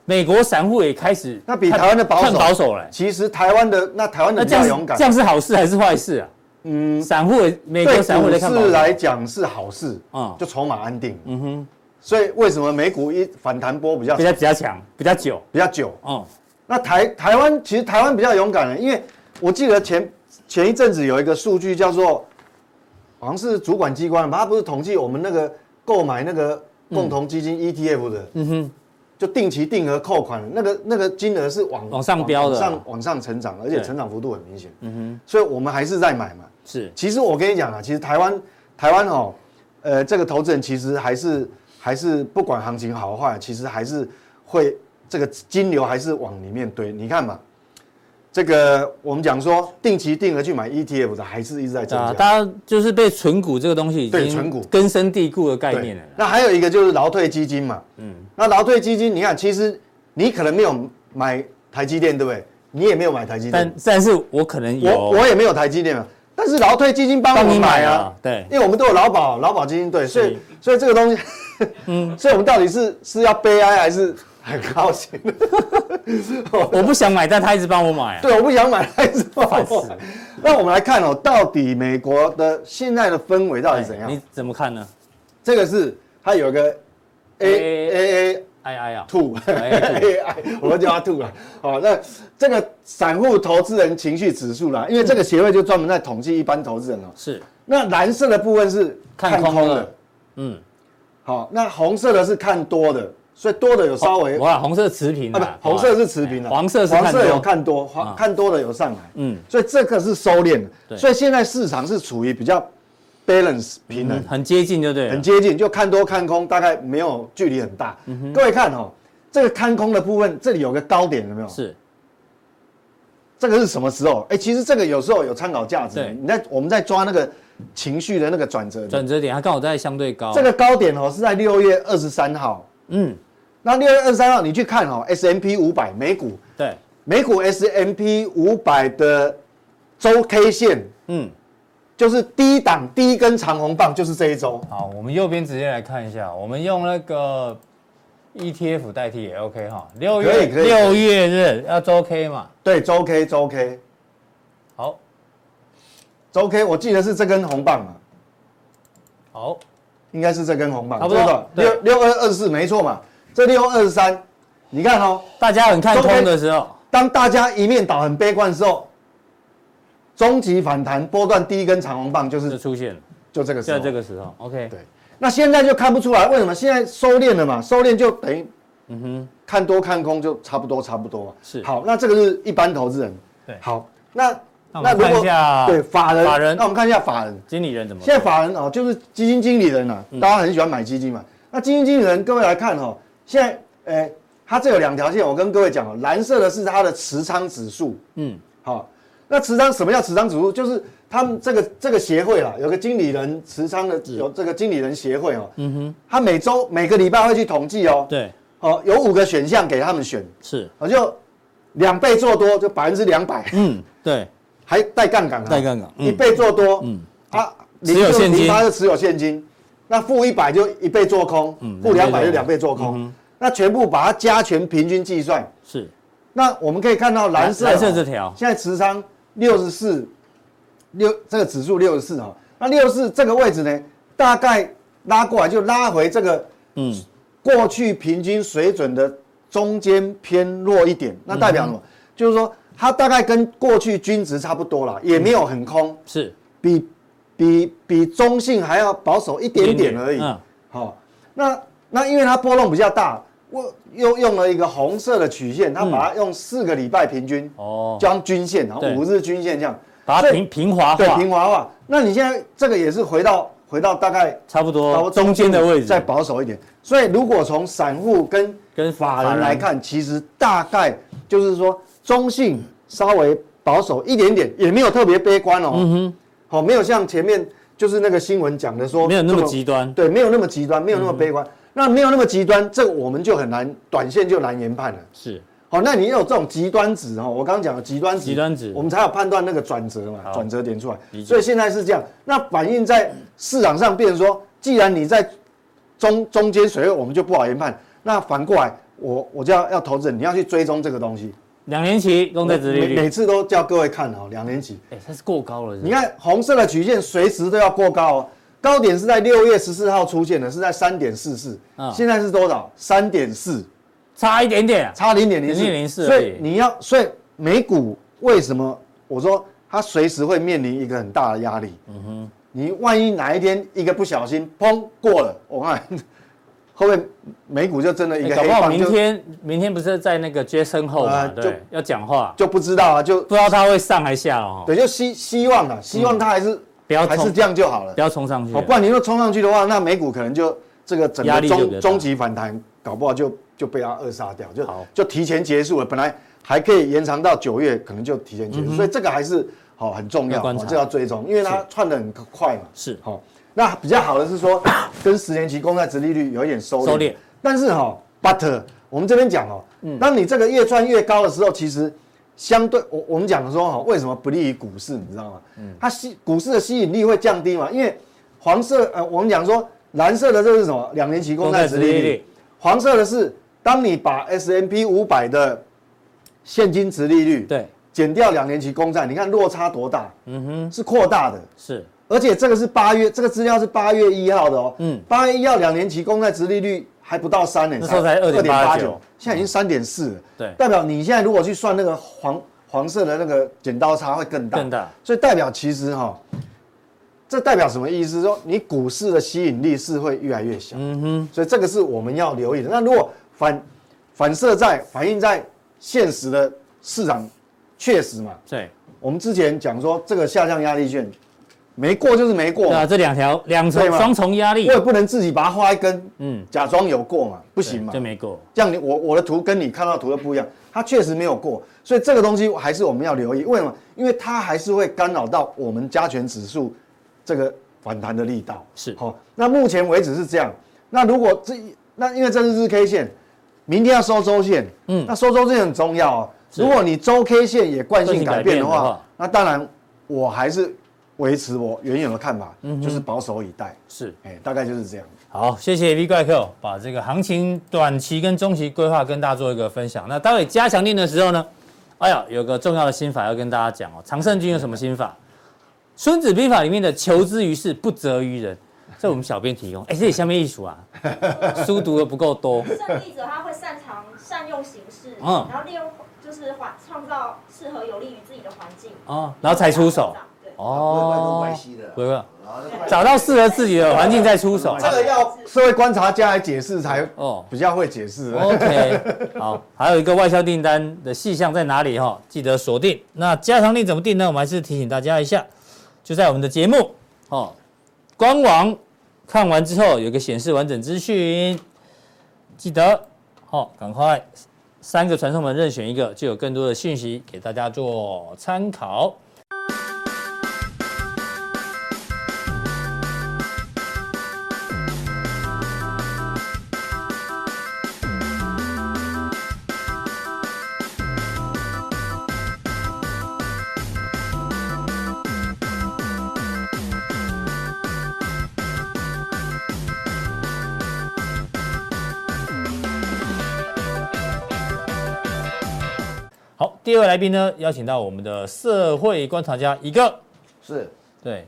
[SPEAKER 1] 美国散户也开始看，
[SPEAKER 3] 那比台湾的保守
[SPEAKER 1] 看保守了、
[SPEAKER 3] 其实台湾的那台湾
[SPEAKER 1] 那
[SPEAKER 3] 的比
[SPEAKER 1] 这样
[SPEAKER 3] 较
[SPEAKER 1] 是
[SPEAKER 3] 勇敢
[SPEAKER 1] 这，样是好事还是坏事啊？嗯，散户也美国
[SPEAKER 3] 对
[SPEAKER 1] 散户
[SPEAKER 3] 股
[SPEAKER 1] 在看保
[SPEAKER 3] 市
[SPEAKER 1] 守
[SPEAKER 3] 来讲是好事，
[SPEAKER 1] 嗯
[SPEAKER 3] 就筹码安定，嗯哼。所以为什么美股一反弹波比较
[SPEAKER 1] 比较比较强，比较久，
[SPEAKER 3] 比较久？
[SPEAKER 1] 哦、
[SPEAKER 3] 那台台湾其实台湾比较勇敢的，因为我记得前前一阵子有一个数据叫做，好像是主管机关吧，它不是统计我们那个购买那个共同基金 ETF 的，嗯哼，就定期定额扣款的那个那个金额是往
[SPEAKER 1] 往上飙的
[SPEAKER 3] 往上往上成长，而且
[SPEAKER 1] 对
[SPEAKER 3] 成长幅度很明显，嗯哼，所以我们还是在买嘛。
[SPEAKER 1] 是
[SPEAKER 3] 其实我跟你讲啊，其实台湾台湾哦，呃，这个投资人其实还是还是不管行情好坏，其实还是会这个金流还是往里面堆。你看嘛，这个我们讲说定期定额去买 ETF 的，还是一直在增
[SPEAKER 1] 啊，
[SPEAKER 3] 加。
[SPEAKER 1] 大家就是被存股这个东西已
[SPEAKER 3] 对
[SPEAKER 1] 经
[SPEAKER 3] 存股
[SPEAKER 1] 根深蒂固的概念
[SPEAKER 3] 对
[SPEAKER 1] 了，啦。
[SPEAKER 3] 那还有一个就是劳退基金嘛，嗯，那劳退基金，你看，其实你可能没有买台积电，对不对？你也没有买台积电
[SPEAKER 1] 但，但是我可能有
[SPEAKER 3] 我我也没有台积电嘛，但是劳退基金帮我
[SPEAKER 1] 帮你
[SPEAKER 3] 们买
[SPEAKER 1] 买
[SPEAKER 3] 啊
[SPEAKER 1] 啊，，对，
[SPEAKER 3] 因为我们都有劳保劳保基金对，所以所以这个东西，嗯， (laughs) 所以我们到底是是要悲哀还是很高兴？ (laughs)
[SPEAKER 1] 我不想买，但他一直帮我买啊，
[SPEAKER 3] 对，我不想买还是
[SPEAKER 1] 烦死了
[SPEAKER 3] 那我们来看哦，到底美国的现在的氛围到底怎
[SPEAKER 1] 哎
[SPEAKER 3] 样
[SPEAKER 1] 你？怎么看呢
[SPEAKER 3] 这个是它有一个 A A A
[SPEAKER 1] ？I I 啊，
[SPEAKER 3] two
[SPEAKER 1] 哎
[SPEAKER 3] (laughs) AI，我都叫它 two (laughs) 了。好，那这个散户投资人情绪指数啦，因为这个协会就专门在统计一般投资人哦。
[SPEAKER 1] 是
[SPEAKER 3] 那蓝色的部分是
[SPEAKER 1] 看空的
[SPEAKER 3] 的。
[SPEAKER 1] 嗯，
[SPEAKER 3] 好，那红色的是看多的，所以多的有稍微啊
[SPEAKER 1] 哇，红色持平哎啊，
[SPEAKER 3] 不，红色是持平的，
[SPEAKER 1] 哎黄色是
[SPEAKER 3] 黄
[SPEAKER 1] 看
[SPEAKER 3] 色有
[SPEAKER 1] 多，
[SPEAKER 3] 看多，
[SPEAKER 1] 啊
[SPEAKER 3] 黄看多的有上来，
[SPEAKER 1] 嗯
[SPEAKER 3] 所以这个是收敛
[SPEAKER 1] 对
[SPEAKER 3] 的，所以现在市场是处于比较 balance 平衡
[SPEAKER 1] 嗯，，很接近就对了
[SPEAKER 3] 很，接近，就看多看空大概没有距离很大。
[SPEAKER 1] 嗯
[SPEAKER 3] 各位看哦，这个看空的部分，这里有个高点有没有？
[SPEAKER 1] 是
[SPEAKER 3] 这个是什么时候？哎，其实这个有时候有参考价值
[SPEAKER 1] 对，
[SPEAKER 3] 你在我们在抓那个情绪的那个转折点，
[SPEAKER 1] 转折点，它刚好在相对高，
[SPEAKER 3] 这个高点哦是在六月二十三号。
[SPEAKER 1] 嗯，
[SPEAKER 3] 那六月二十三号你去看哦，S M P 五百美股，
[SPEAKER 1] 对，
[SPEAKER 3] 美股 S M P 五百的周 K 线
[SPEAKER 1] 嗯，
[SPEAKER 3] 就是低档第一根长红棒，就是这一周。
[SPEAKER 1] 好，我们右边直接来看一下，我们用那个 ETF 代替也 OK 哈。六
[SPEAKER 3] 可
[SPEAKER 1] 月
[SPEAKER 3] 以可以
[SPEAKER 1] 六月日要周 K 嘛？
[SPEAKER 3] 对，周 K 周 K
[SPEAKER 1] 好，
[SPEAKER 3] 周 K，我记得是这根红棒啊，
[SPEAKER 1] 好，
[SPEAKER 3] 应该是这根红棒，
[SPEAKER 1] 差不多
[SPEAKER 3] 对吧
[SPEAKER 1] 对
[SPEAKER 3] 六六二二四没错嘛，这六二三，你看哦，
[SPEAKER 1] 大家很看
[SPEAKER 3] 周 K
[SPEAKER 1] 空的时候，
[SPEAKER 3] 当大家一面倒很悲观的时候，终极反弹波段第一根长红棒就
[SPEAKER 1] 就是出现了，
[SPEAKER 3] 就这个时
[SPEAKER 1] 在
[SPEAKER 3] 候，
[SPEAKER 1] 这个时候，OK，
[SPEAKER 3] 对，那现在就看不出来，为什么？现在收敛了嘛，收敛就等于，嗯哼，看多看空就差不多差不多嘛。
[SPEAKER 1] 是
[SPEAKER 3] 好，那这个是一般投资人。
[SPEAKER 1] 对
[SPEAKER 3] 好，那
[SPEAKER 1] 那我们看一下
[SPEAKER 3] 对法人，
[SPEAKER 1] 法人
[SPEAKER 3] 那我们看一下法人。
[SPEAKER 1] 经理人怎么？
[SPEAKER 3] 现在法人哦，就是基金经理人啊，大家很喜欢买基金嘛。那基金经理人，各位来看哦，现在，呃、它这有两条线，我跟各位讲哦，蓝色的是它的持仓指数，
[SPEAKER 1] 嗯，
[SPEAKER 3] 好、那持仓什么叫持仓指数？就是他们这个这个协会啦，啊有个经理人持仓的，有这个经理人协会哦。嗯哼，他每周每个礼拜会去统计哦。
[SPEAKER 1] 对，
[SPEAKER 3] 哦，有五个选项给他们选，
[SPEAKER 1] 是，
[SPEAKER 3] 哦，就两倍做多就百分之两百，
[SPEAKER 1] 嗯，对，
[SPEAKER 3] 还带杠杆啊，
[SPEAKER 1] 带杠杆嗯
[SPEAKER 3] 一倍做多，嗯，啊，
[SPEAKER 1] 持有现金
[SPEAKER 3] 他就持有现金，那负一百就一倍做空，
[SPEAKER 1] 嗯
[SPEAKER 3] 负两百就两倍做空，那全部把它加权平均计算，
[SPEAKER 1] 是
[SPEAKER 3] 那我们可以看到蓝色，哦
[SPEAKER 1] 蓝色这条
[SPEAKER 3] 现在持仓六十四，六这个指数六十四哈，那六十四这个位置呢，大概拉过来就拉回这个
[SPEAKER 1] 嗯
[SPEAKER 3] 过去平均水准的中间偏弱一点，那代
[SPEAKER 1] 嗯
[SPEAKER 3] 表什么？就是说它大概跟过去均值差不多啦，也没有很空，
[SPEAKER 1] 是
[SPEAKER 3] 比比比中性还要保守一点点而已。
[SPEAKER 1] 嗯
[SPEAKER 3] 好、那那因为它波动比较大，我又用了一个红色的曲线，它把它用四个礼拜平均，
[SPEAKER 1] 哦，
[SPEAKER 3] 就当均线，然后
[SPEAKER 1] 对
[SPEAKER 3] 五日均线这样，
[SPEAKER 1] 把它
[SPEAKER 3] 所以
[SPEAKER 1] 平平滑
[SPEAKER 3] 对
[SPEAKER 1] 化，
[SPEAKER 3] 平滑化。那你现在这个也是回到回到大概
[SPEAKER 1] 差不
[SPEAKER 3] 差不多
[SPEAKER 1] 多中间的位置，
[SPEAKER 3] 再保守一点。所以如果从散户跟
[SPEAKER 1] 跟
[SPEAKER 3] 法人来，看，其实大概就是说中性稍微保守一点点，也没有特别悲观哦。嗯哼，好、没有像前面就是那个新闻讲的说
[SPEAKER 1] 没有那么
[SPEAKER 3] 这
[SPEAKER 1] 极端嗯
[SPEAKER 3] 对，没有那么极端，没有那么悲观。那没有那么极端，这个我们就很难，短线就难研判了。
[SPEAKER 1] 是
[SPEAKER 3] 好、哦那你有这种极端值哈、哦，我刚刚讲的极端值，
[SPEAKER 1] 极端值
[SPEAKER 3] 我们才有判断那个转折嘛
[SPEAKER 1] 好，
[SPEAKER 3] 转折点出来
[SPEAKER 1] 理。解
[SPEAKER 3] 所以现在是这样，那反映在市场上，变成说，既然你在中中间水位，我们就不好研判。那反过来，我我就要要投资人，你要去追踪这个东西。
[SPEAKER 1] 两年期公债殖利
[SPEAKER 3] 每每
[SPEAKER 1] 率，
[SPEAKER 3] 次都叫各位看好两年期，
[SPEAKER 1] 哎，它是过高了。是不
[SPEAKER 3] 你
[SPEAKER 1] 是，
[SPEAKER 3] 看红色的曲线随时都要过高哦，高点是在六月十四号出现的，是在三点四四
[SPEAKER 1] 嗯，
[SPEAKER 3] 现在是多少？三点四，
[SPEAKER 1] 差一点点啊，
[SPEAKER 3] 差零点零四，
[SPEAKER 1] 0.04
[SPEAKER 3] 所
[SPEAKER 1] 而
[SPEAKER 3] 以
[SPEAKER 1] 已
[SPEAKER 3] 你要，所以美股为什么我说它随时会面临一个很大的压力？嗯哼，你万一哪一天一个不小心砰过了，我看后面美股就真的一
[SPEAKER 1] 哎
[SPEAKER 3] 个
[SPEAKER 1] 搞
[SPEAKER 3] 黑
[SPEAKER 1] 不好
[SPEAKER 3] 棒
[SPEAKER 1] 明
[SPEAKER 3] 就
[SPEAKER 1] 天明天不是在那个 Jason 后嘛，
[SPEAKER 3] 呃
[SPEAKER 1] 对，要讲话，
[SPEAKER 3] 就不知道啊，就
[SPEAKER 1] 不知道他会上还下哦，
[SPEAKER 3] 对，就希希望啊，希望它还是
[SPEAKER 1] 嗯不要
[SPEAKER 3] 还
[SPEAKER 1] 冲
[SPEAKER 3] 是这样就好了
[SPEAKER 1] 不。要冲上去
[SPEAKER 3] 哦，
[SPEAKER 1] 了。
[SPEAKER 3] 不然你若冲上去的话，那美股可能就这个整
[SPEAKER 1] 压
[SPEAKER 3] 个
[SPEAKER 1] 力就比较
[SPEAKER 3] 中
[SPEAKER 1] 大
[SPEAKER 3] 终极反弹，搞不好就就被它扼杀掉，就
[SPEAKER 1] 好
[SPEAKER 3] 就提前结束了。本来还可以延长到九月，可能就提前结束，所以这个还是好、很重要，
[SPEAKER 1] 嗯要观察
[SPEAKER 3] 哦这要追踪，因为它窜的很快嘛。
[SPEAKER 1] 是
[SPEAKER 3] 好、哦那比较好的
[SPEAKER 1] (coughs)
[SPEAKER 3] 是说，跟十年期公债殖利率有一点收敛，
[SPEAKER 1] 收敛嗯
[SPEAKER 3] 但是哈、b u t 我们这边讲哦，当你这个越赚越高的时候，其实相对我我们讲说哈、为什么不利于股市，你知道吗？
[SPEAKER 1] 嗯
[SPEAKER 3] 它吸股市的吸引力会降低嘛，因为黄色呃，我们讲说蓝色的这是什么？两年期公债殖利
[SPEAKER 1] 公债殖利
[SPEAKER 3] 率
[SPEAKER 1] 率，
[SPEAKER 3] 黄色的是当你把 S M P 五百的现金殖利率
[SPEAKER 1] 对，
[SPEAKER 3] 减掉两年期公债，你看落差多大？
[SPEAKER 1] 嗯哼，
[SPEAKER 3] 是扩大的。
[SPEAKER 1] 是
[SPEAKER 3] 而且这个是八月，这个资料是八月一号的哦。
[SPEAKER 1] 嗯
[SPEAKER 3] 嗯，八月一号两年期公债殖利率还不到三呢，
[SPEAKER 1] 那时候才2.89，
[SPEAKER 3] 现在已经三点四了。
[SPEAKER 1] 嗯对
[SPEAKER 3] 代表你现在如果去算那个黄黄色的那个剪刀差会更大，
[SPEAKER 1] 更大。
[SPEAKER 3] 所以代表其实哈、这代表什么意思？说你股市的吸引力是会越来越小。嗯哼，所以这个是我们要留意的。那如果反反射在反映在现实的市场，确实嘛，
[SPEAKER 1] 对，
[SPEAKER 3] 我们之前讲说这个下降压力线没过就是没过
[SPEAKER 1] 对
[SPEAKER 3] 嘛，
[SPEAKER 1] 啊，这两条两重
[SPEAKER 3] 对嘛
[SPEAKER 1] 双重压力
[SPEAKER 3] 我，也不能自己把它画一根，
[SPEAKER 1] 嗯，
[SPEAKER 3] 假装有过嘛，不行嘛
[SPEAKER 1] 就。没过。
[SPEAKER 3] 这样你我我的图跟你看到的图又不一样，它确实没有过，所以这个东西还是我们要留意。为什么？因为它还是会干扰到我们加权指数这个反弹的力道。
[SPEAKER 1] 是
[SPEAKER 3] 好、那目前为止是这样。那如果这那因为这是日 K 线，明天要收周线，
[SPEAKER 1] 嗯
[SPEAKER 3] 嗯，那收周线很重要哦。如果你周 K 线也惯性改变的
[SPEAKER 1] 惯性改变的
[SPEAKER 3] 话
[SPEAKER 1] 话，
[SPEAKER 3] 那当然我还是维持我原有的看法，
[SPEAKER 1] 嗯
[SPEAKER 3] 就是保守以待。
[SPEAKER 1] 是，
[SPEAKER 3] 哎、大概就是这样。
[SPEAKER 1] 好，谢谢 V 怪客把这个行情短期跟中期规划跟大家做一个分享。那待会加强定的时候呢，哎呀，有个重要的心法要跟大家讲哦。常胜军有什么心法？《孙子兵法》里面的“求之于事，不责于人”，这我们小编提供。哎，这也下面艺术啊，书读的不够
[SPEAKER 4] (laughs)
[SPEAKER 1] 多。
[SPEAKER 4] 胜利者他会擅长善用形式，
[SPEAKER 1] 嗯
[SPEAKER 4] 然后利用就是环创造适合有利于自己的环境，
[SPEAKER 1] 哦，然后才出手。。
[SPEAKER 4] 对，
[SPEAKER 2] 外公
[SPEAKER 1] 哦
[SPEAKER 2] 关，系的啦，
[SPEAKER 1] 不会，
[SPEAKER 2] 然后就怪
[SPEAKER 1] 找到适合自己的环境再出手。
[SPEAKER 3] 这个要啊社会观察家来解释才
[SPEAKER 1] 哦
[SPEAKER 3] 比较会解释。 (laughs)
[SPEAKER 1] OK，好，还有一个外销订单的细项在哪里哈？记得锁定。那加强令怎么定呢？我们还是提醒大家一下，就在我们的节目哦，官网看完之后有个显示完整资讯，记得哦，赶快三个传送门任选一个，就有更多的讯息给大家做参考。好，第二位来宾呢，邀请到我们的社会观察家一个，
[SPEAKER 2] 是
[SPEAKER 1] 对，